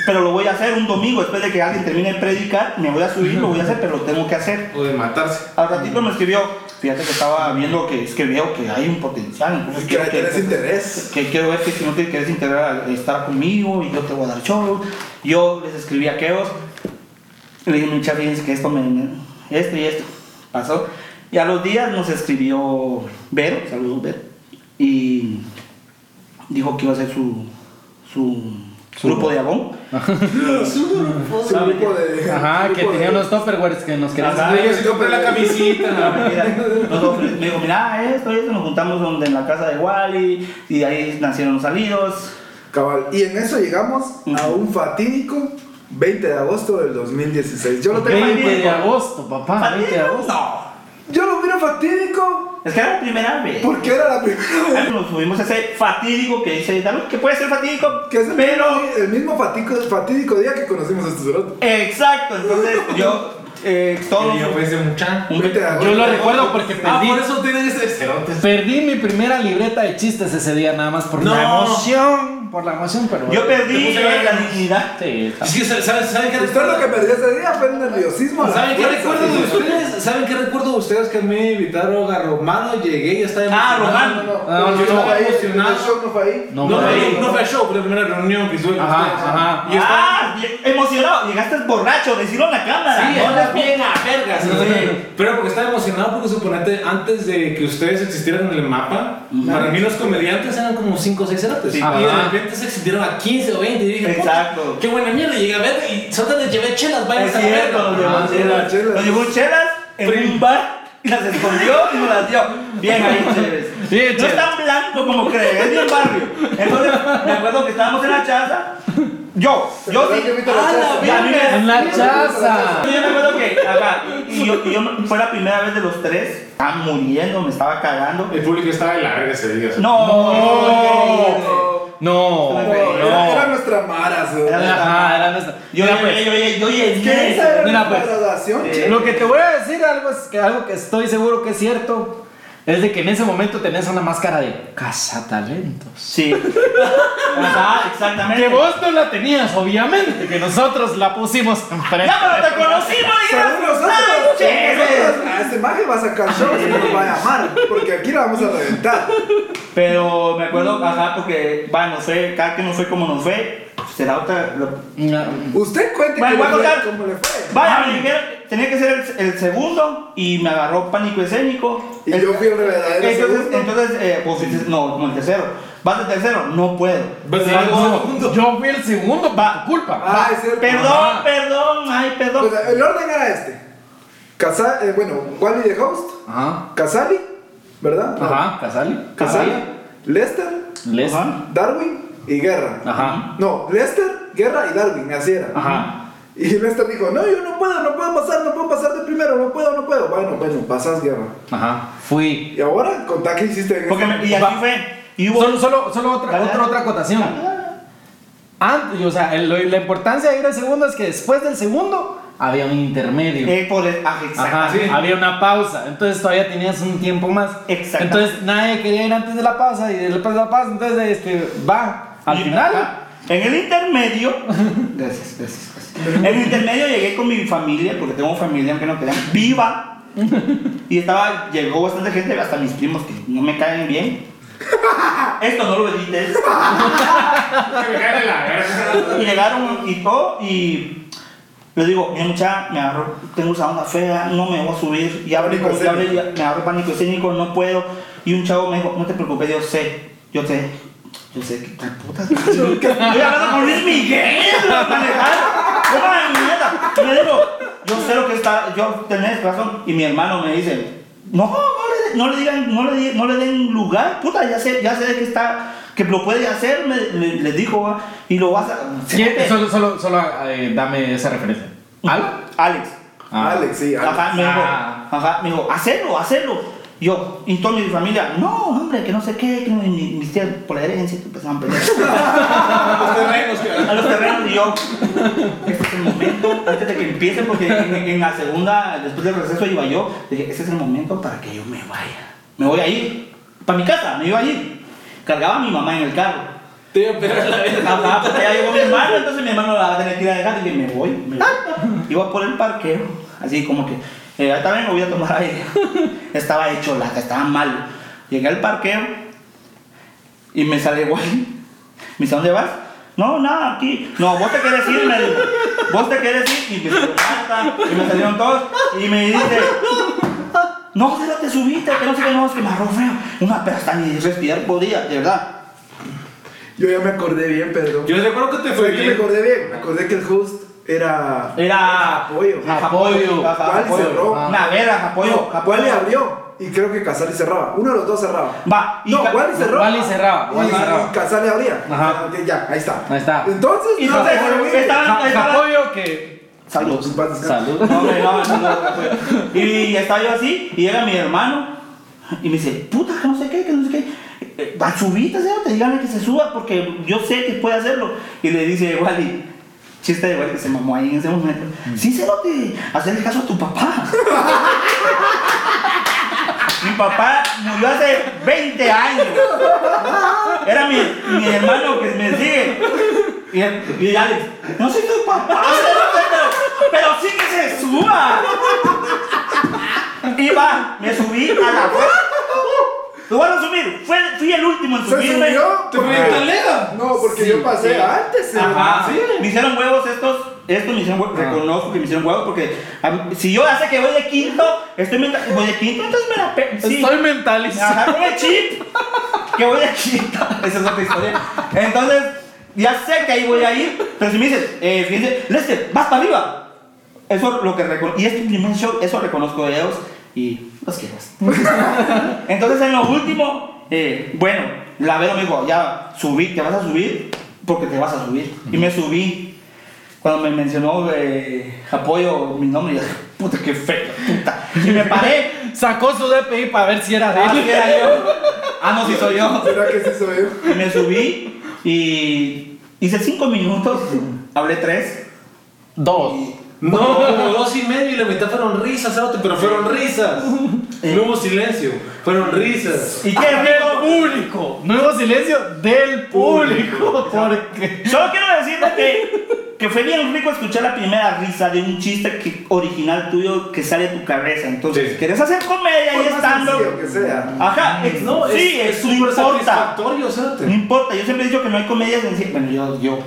[SPEAKER 1] Pero lo voy a hacer un domingo después de que alguien termine de predicar. Me voy a subir, lo voy a hacer, pero lo tengo que hacer.
[SPEAKER 2] O de matarse.
[SPEAKER 1] Al ratito me escribió, fíjate que estaba viendo que es que veo que hay un potencial. Entonces
[SPEAKER 3] Es que
[SPEAKER 1] quiero
[SPEAKER 3] ahí tenés interés.
[SPEAKER 2] [LAUGHS]
[SPEAKER 1] que quiero ver que si no te quieres integrar, estar conmigo y yo te voy a dar show. Yo les escribí a Keos, le dije, muchas fíjense que esto me. esto y esto. Pasó. Y a los días nos escribió Vero, saludos Vero, y dijo que iba a ser su, su, grupo de abón.
[SPEAKER 3] Es un grupo de.
[SPEAKER 4] Ajá, que tenía unos topperwares que nos querían.
[SPEAKER 1] Ajá.
[SPEAKER 2] Ay, yo sí compré la camisita.
[SPEAKER 1] Nosotros- me dijo, mira, esto, esto, nos juntamos donde, en la casa de Wally y de ahí nacieron los salidos.
[SPEAKER 3] Cabal. Y en eso llegamos a un fatídico 20 de agosto del 2016. Yo lo tengo.
[SPEAKER 4] 20 de agosto, papá, 20 de agosto.
[SPEAKER 1] No,
[SPEAKER 3] Yo lo miro fatídico
[SPEAKER 1] es que era la primera vez.
[SPEAKER 3] porque era la primera vez.
[SPEAKER 1] Nos subimos a ese fatídico que dice David, que puede ser fatídico,
[SPEAKER 3] Que es el,
[SPEAKER 1] pero
[SPEAKER 3] el mismo fatídico, fatídico día que conocimos a este cerote.
[SPEAKER 1] Exacto,
[SPEAKER 3] [LAUGHS]
[SPEAKER 1] entonces yo eh, todo
[SPEAKER 2] Y [LAUGHS] yo pensé, mucha.
[SPEAKER 1] un
[SPEAKER 3] Vete a-
[SPEAKER 4] Yo lo recuerdo porque
[SPEAKER 2] Ah,
[SPEAKER 4] perdí,
[SPEAKER 2] por eso tienen ese cerote.
[SPEAKER 4] perdí mi primera libreta de chistes ese día, nada más por la
[SPEAKER 2] No.
[SPEAKER 4] emoción. Por la emoción, pero.
[SPEAKER 1] yo
[SPEAKER 2] Te
[SPEAKER 1] perdí
[SPEAKER 2] puse la-
[SPEAKER 1] la dignidad.
[SPEAKER 4] Sí,
[SPEAKER 2] Es que, ¿saben, saben qué
[SPEAKER 3] Usted
[SPEAKER 2] recuerdo?
[SPEAKER 3] lo que perdió ese día fue el nerviosismo. la
[SPEAKER 2] ¿Saben qué
[SPEAKER 3] fuerza,
[SPEAKER 2] recuerdo de
[SPEAKER 3] sí.
[SPEAKER 2] ustedes? ¿Saben qué recuerdo de ustedes que me invitaron a Romano? Llegué y estaba
[SPEAKER 1] Ah,
[SPEAKER 2] emocionado.
[SPEAKER 1] Romano.
[SPEAKER 3] No,
[SPEAKER 4] Ah,
[SPEAKER 3] no,
[SPEAKER 4] no,
[SPEAKER 3] yo estaba
[SPEAKER 2] no,
[SPEAKER 3] ahí,
[SPEAKER 2] emocionado.
[SPEAKER 3] el show no fue ahí.
[SPEAKER 2] No,
[SPEAKER 4] No,
[SPEAKER 2] no,
[SPEAKER 4] no,
[SPEAKER 2] no, no fue show, fue la primera reunión que estuve con
[SPEAKER 4] Ajá,
[SPEAKER 2] ustedes.
[SPEAKER 4] ajá.
[SPEAKER 2] Y estaba-
[SPEAKER 1] Ah, lle- emocionado, llegaste borracho, decirlo en la cámara.
[SPEAKER 2] Sí,
[SPEAKER 1] ¿no?
[SPEAKER 2] andas bien a vergas.
[SPEAKER 4] No,
[SPEAKER 2] sí.
[SPEAKER 4] no, no.
[SPEAKER 2] Pero porque estaba emocionado porque suponete antes de que ustedes existieran en el mapa, para mí los comediantes eran como 5 o 6 cerotes.
[SPEAKER 1] Sí.
[SPEAKER 2] Y de
[SPEAKER 4] Ajá.
[SPEAKER 2] repente se existieron a 15 o 20 y yo dije,
[SPEAKER 1] Exacto.
[SPEAKER 2] "Puta, Qué buena mierda, llegué a ver y solo les llevé chelas, vayan
[SPEAKER 1] Es
[SPEAKER 2] a
[SPEAKER 1] cierto, nos
[SPEAKER 2] verlo.
[SPEAKER 1] llevó
[SPEAKER 4] Ah,
[SPEAKER 1] chelas.
[SPEAKER 3] sí, chelas.
[SPEAKER 1] Nos llevó chelas en un bar y las escondió y nos las dio. Bien
[SPEAKER 2] [LAUGHS]
[SPEAKER 1] ahí, chéveres.
[SPEAKER 4] Bien,
[SPEAKER 1] no
[SPEAKER 4] chéveres.
[SPEAKER 1] es tan blanco como creen, es bien barrio. Entonces, me acuerdo que estábamos en la chaza. Yo, yo
[SPEAKER 3] acuerdan
[SPEAKER 1] sí.
[SPEAKER 3] que viste la
[SPEAKER 1] ¡A la
[SPEAKER 3] chaza?
[SPEAKER 1] verga!
[SPEAKER 4] no. En la chaza.
[SPEAKER 1] Yo me acuerdo que, ajá, y yo, y yo me- fue la primera vez de los tres, estaba muriendo, me estaba cagando.
[SPEAKER 2] El público estaba de la verga ese día.
[SPEAKER 1] No,
[SPEAKER 4] No,
[SPEAKER 1] No,
[SPEAKER 3] No, era, era
[SPEAKER 4] no.
[SPEAKER 3] nuestra mara, su-
[SPEAKER 1] Era-
[SPEAKER 4] Ajá, era nuestra.
[SPEAKER 1] yo
[SPEAKER 4] Mira,
[SPEAKER 1] llegué,
[SPEAKER 4] pues,
[SPEAKER 1] yo llegué, yo llegué.
[SPEAKER 3] ¿Qué esa era
[SPEAKER 4] Mira,
[SPEAKER 3] nuestra
[SPEAKER 4] pues.
[SPEAKER 3] graduación,
[SPEAKER 1] Eh,
[SPEAKER 3] che?
[SPEAKER 4] Lo que te voy a decir, algo, es que, algo que estoy seguro que es cierto, es de que en ese momento tenés una máscara de cazatalentos.
[SPEAKER 1] Sí. Ajá, exactamente.
[SPEAKER 4] Que vos no la tenías, obviamente, que nosotros la pusimos enfrente.
[SPEAKER 1] Ya, pero te conocimos,
[SPEAKER 3] Según
[SPEAKER 1] digas.
[SPEAKER 3] nosotros,
[SPEAKER 1] ¡Ay, chévere!
[SPEAKER 3] nosotros, a este maje va a sacar show y nos va a llamar, porque aquí la vamos a reventar.
[SPEAKER 1] Pero me acuerdo, ajá, porque, va, no sé, cada que no fue como nos fue, será otra. lo-
[SPEAKER 4] No.
[SPEAKER 3] Usted cuente
[SPEAKER 1] Bueno,
[SPEAKER 3] cómo,
[SPEAKER 1] voy a
[SPEAKER 3] le,
[SPEAKER 1] contar.
[SPEAKER 3] cómo le fue.
[SPEAKER 1] Vaya, me dijeron, tenía que ser el, el segundo y me agarró pánico escénico.
[SPEAKER 3] Y yo fui el verdadero
[SPEAKER 1] Entonces,
[SPEAKER 3] segundo.
[SPEAKER 1] entonces eh, vos fuiste- no, como el tercero. Vas de tercero, no puedo.
[SPEAKER 2] Vas de
[SPEAKER 1] Salgo-
[SPEAKER 2] segundo.
[SPEAKER 4] Yo fui el segundo, va, culpa.
[SPEAKER 3] Ah, es cierto.
[SPEAKER 1] Perdón,
[SPEAKER 4] Ajá.
[SPEAKER 1] perdón, ay, perdón.
[SPEAKER 3] O sea, el orden era este. Casa, eh, bueno, Wally de host,
[SPEAKER 4] Ajá,
[SPEAKER 3] Casali, ¿verdad? No.
[SPEAKER 4] ajá, Casali.
[SPEAKER 3] Casali,
[SPEAKER 4] Casali.
[SPEAKER 3] Lester,
[SPEAKER 4] Les.
[SPEAKER 1] Ajá.
[SPEAKER 3] Darwin y Guerra.
[SPEAKER 4] Ajá.
[SPEAKER 3] No, Lester, Guerra y Darwin, así era.
[SPEAKER 4] Ajá.
[SPEAKER 3] Y Lester dijo, no, yo no puedo, no puedo pasar, no puedo pasar de primero, no puedo, no puedo. Bueno, bueno, pasas Guerra.
[SPEAKER 4] Ajá. Fui.
[SPEAKER 3] Y ahora, contá qué hiciste en
[SPEAKER 1] Porque
[SPEAKER 3] ese-
[SPEAKER 1] me- y así
[SPEAKER 4] Va.
[SPEAKER 1] fue. Y hubo.
[SPEAKER 4] Solo, solo, solo otra,
[SPEAKER 1] Dale,
[SPEAKER 4] otra,
[SPEAKER 1] dale.
[SPEAKER 4] otra acotación. Antes, o sea, el- la importancia de ir al segundo es que después del segundo había un intermedio.
[SPEAKER 1] Eh, por el- ah, exacto.
[SPEAKER 4] Ajá,
[SPEAKER 2] Sí.
[SPEAKER 4] había una pausa, entonces todavía tenías un tiempo más.
[SPEAKER 1] Exacto.
[SPEAKER 4] Entonces nadie quería ir antes de la pausa y después de la pausa, entonces este, va al
[SPEAKER 1] Y-
[SPEAKER 4] final.
[SPEAKER 1] ajá. En el intermedio, [LAUGHS] gracias, gracias, gracias. En el intermedio llegué con mi familia, porque tengo familia aunque no quedan viva. Y estaba, llegó bastante gente, hasta mis primos que no me caen bien. Esto no lo edites.
[SPEAKER 2] Me cae de la verga.
[SPEAKER 1] Y llegaron y todo, y le digo, mi muchacha, me agarro, tengo esa onda fea, no me voy a subir. Y hablé, con- y hablé, y me agarro pánico escénico, no puedo. Y un chavo me dijo, no te preocupes, yo sé, yo sé, yo sé, que tal puta. Estoy hablando con Luis Miguel, manejando. Una mierda. Y le digo, yo sé lo que está, yo tenés razón. Y mi hermano me dice, no, no le, no le digan, no le, di- no le den lugar, puta, ya sé, ya sé que está, que lo puede hacer, me, le, le dijo, ah, y lo vas a.
[SPEAKER 4] ¿Quién- Solo, solo, solo eh, dame esa referencia. ¿Algo?
[SPEAKER 1] Alex.
[SPEAKER 4] Ah.
[SPEAKER 3] Alex, sí, Alex.
[SPEAKER 1] Ajá, me dijo,
[SPEAKER 4] Ah.
[SPEAKER 1] ajá, me dijo, hacelo, hacelo. Yo, y toda mi familia, no, hombre, que no sé qué, que no- ni- mis tías por la herencia que empezaban a pelear
[SPEAKER 2] Ah, Los terrenos, cara.
[SPEAKER 1] a los terrenos y yo, este es el momento, antes de que empiecen, porque en, en la segunda, después del receso iba yo, dije, este es el momento para que yo me vaya. Me voy a ir, para mi casa, me iba a ir. Cargaba a mi mamá en el carro.
[SPEAKER 2] Te iba a pegar la verga.
[SPEAKER 1] Ajá, porque ya llegó mi hermano, entonces mi hermano la va a tener que ir a dejar. Y dije, me voy. me voy. Iba por el parqueo, así como que, eh, ahorita vengo, voy a tomar aire. [LAUGHS] estaba hecho lata, estaba mal. Llegué al parqueo y me sale igual. Me dice, ¿a ¿dónde vas? No, nada, aquí. No, vos te querés ir, me dijo. Vos te querés ir. Y me salió lata, y me salieron todos. Y me dice, no, pero te subiste, que no sé qué, no, es que me agarró feo. Una pestaña y respirar podía, de verdad.
[SPEAKER 3] Yo ya me acordé bien, Pedro.
[SPEAKER 2] Yo recuerdo que te fue
[SPEAKER 3] ¿Sabes que me
[SPEAKER 2] bien.
[SPEAKER 3] acordé bien? Me acordé que el host era.
[SPEAKER 1] Era.
[SPEAKER 3] Apoyo.
[SPEAKER 4] Apoyo.
[SPEAKER 3] ¿Cuál cerró?
[SPEAKER 4] Ah.
[SPEAKER 1] Una verga, apoyo.
[SPEAKER 3] Wally abrió y creo que Casali cerraba. Uno de los dos cerraba.
[SPEAKER 1] Va, y
[SPEAKER 3] no,
[SPEAKER 1] Ca-
[SPEAKER 3] Wally cerraba.
[SPEAKER 4] Wally cerraba, Wally
[SPEAKER 3] y,
[SPEAKER 4] cerraba.
[SPEAKER 3] y Casali abría.
[SPEAKER 4] Ajá.
[SPEAKER 3] Ya, Ya, ahí está.
[SPEAKER 4] Ahí está.
[SPEAKER 3] Entonces,
[SPEAKER 1] Y
[SPEAKER 3] no
[SPEAKER 1] entonces,
[SPEAKER 3] te
[SPEAKER 1] estaba-
[SPEAKER 4] Ja- Japoyo que.
[SPEAKER 1] Saludos.
[SPEAKER 3] Paz descanse.
[SPEAKER 4] Salud.
[SPEAKER 1] No, hombre, no, no, no, no. Y estaba yo así, y llega mi hermano, y me dice, puta, que no sé qué, que no sé qué. Eh, Va, subite, cerote, dígale que se suba, porque yo sé que puede hacerlo. Y le dice Wally, chiste de Wally que se mamó ahí en ese momento.
[SPEAKER 3] Mm.
[SPEAKER 1] Sí, cerote, hacerle caso a tu papá. [LAUGHS] mi papá murió hace 20 años. Era mi, mi hermano que me sigue. Y, él- y Alex, no soy tu papá, [LAUGHS] pero, pero sí que se suba. Y va, me subí a la fuerza. Lo voy a resumir, fue, fui el último en
[SPEAKER 3] Se
[SPEAKER 1] subirme.
[SPEAKER 3] subió.
[SPEAKER 2] ¿Te fue en Talera?
[SPEAKER 3] No, porque
[SPEAKER 1] Sí,
[SPEAKER 3] yo pasé
[SPEAKER 1] sí.
[SPEAKER 3] antes. eh.
[SPEAKER 1] Ajá.
[SPEAKER 2] Sí.
[SPEAKER 1] Me hicieron huevos estos. Estos me hicieron
[SPEAKER 3] Ah.
[SPEAKER 1] huevos. Reconozco que me hicieron huevos porque a mí- si yo ya sé que voy de quinto, estoy menta- voy de quinto, entonces me la pe sí.
[SPEAKER 4] Estoy mentalizado.
[SPEAKER 1] Ajá, con el chip. Que voy de quinto. Esa es otra historia. Entonces, ya sé que ahí voy a ir. Pero si me dices, eh, fíjense, Lester, vas para arriba. Eso es lo que reconozco. Y es mi primer show, eso reconozco de ellos y los quiero. Entonces, en lo último, eh, bueno, la Vero me dijo, ya subí, te vas a subir porque te vas a subir. Y me subí. Cuando me mencionó eh, apoyo mi nombre, yo dije, puta, qué feo, puta. Y me paré.
[SPEAKER 4] Sacó su DPI para ver si era de
[SPEAKER 1] Ah,
[SPEAKER 4] él.
[SPEAKER 1] sí, era yo. Ah, no, sí soy yo.
[SPEAKER 3] ¿Será que sí soy yo?
[SPEAKER 1] Y me subí y hice cinco minutos, hablé tres.
[SPEAKER 4] Dos.
[SPEAKER 2] No, como dos y medio y la mitad fueron risas, cerote, pero fueron [LAUGHS] risas. No hubo silencio, fueron risas.
[SPEAKER 1] ¿Y qué
[SPEAKER 4] Del
[SPEAKER 1] rico?
[SPEAKER 4] público. No hubo silencio del público. Porque.
[SPEAKER 1] Solo quiero decirte que, que fue bien rico escuchar la primera risa de un chiste que- original tuyo que sale de tu cabeza. Entonces,
[SPEAKER 2] Sí.
[SPEAKER 1] ¿quieres hacer comedia y
[SPEAKER 3] Por más sencillo
[SPEAKER 1] estando?
[SPEAKER 3] que sea.
[SPEAKER 1] Ajá, es-
[SPEAKER 2] No, es-
[SPEAKER 1] sí,
[SPEAKER 2] es
[SPEAKER 1] es, no
[SPEAKER 2] súper
[SPEAKER 1] importa.
[SPEAKER 2] satisfactorio,
[SPEAKER 1] No
[SPEAKER 4] Este.
[SPEAKER 2] cerote.
[SPEAKER 1] importa, yo siempre he dicho que no hay comedia sencilla. Bueno, yo, yo.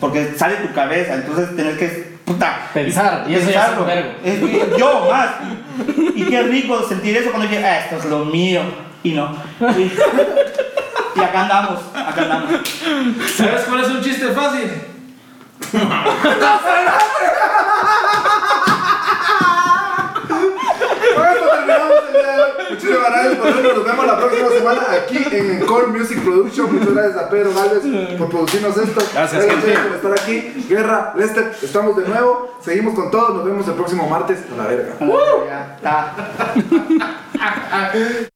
[SPEAKER 1] Porque sale de tu cabeza, entonces tenés que. Puta.
[SPEAKER 4] Pensar, y eso ya es un vergo.
[SPEAKER 1] Es- yo más. Y qué rico sentir eso cuando dije, ah, esto es lo mío. Y [LAUGHS] no. Y, y acá andamos, acá andamos.
[SPEAKER 2] ¿Sabes cuál es un chiste fácil?
[SPEAKER 3] Con esto pues, terminamos el día de hoy. Muchísimas gracias por vernos. Nos vemos la próxima semana aquí en Core Music Production. Muchas gracias a Pedro Gálvez por producirnos esto.
[SPEAKER 4] Gracias,
[SPEAKER 3] a ustedes
[SPEAKER 4] gente.
[SPEAKER 3] por estar aquí. Guerra, Lester, estamos de nuevo. Seguimos con todos. Nos vemos el próximo martes. A la verga.
[SPEAKER 1] Ya está.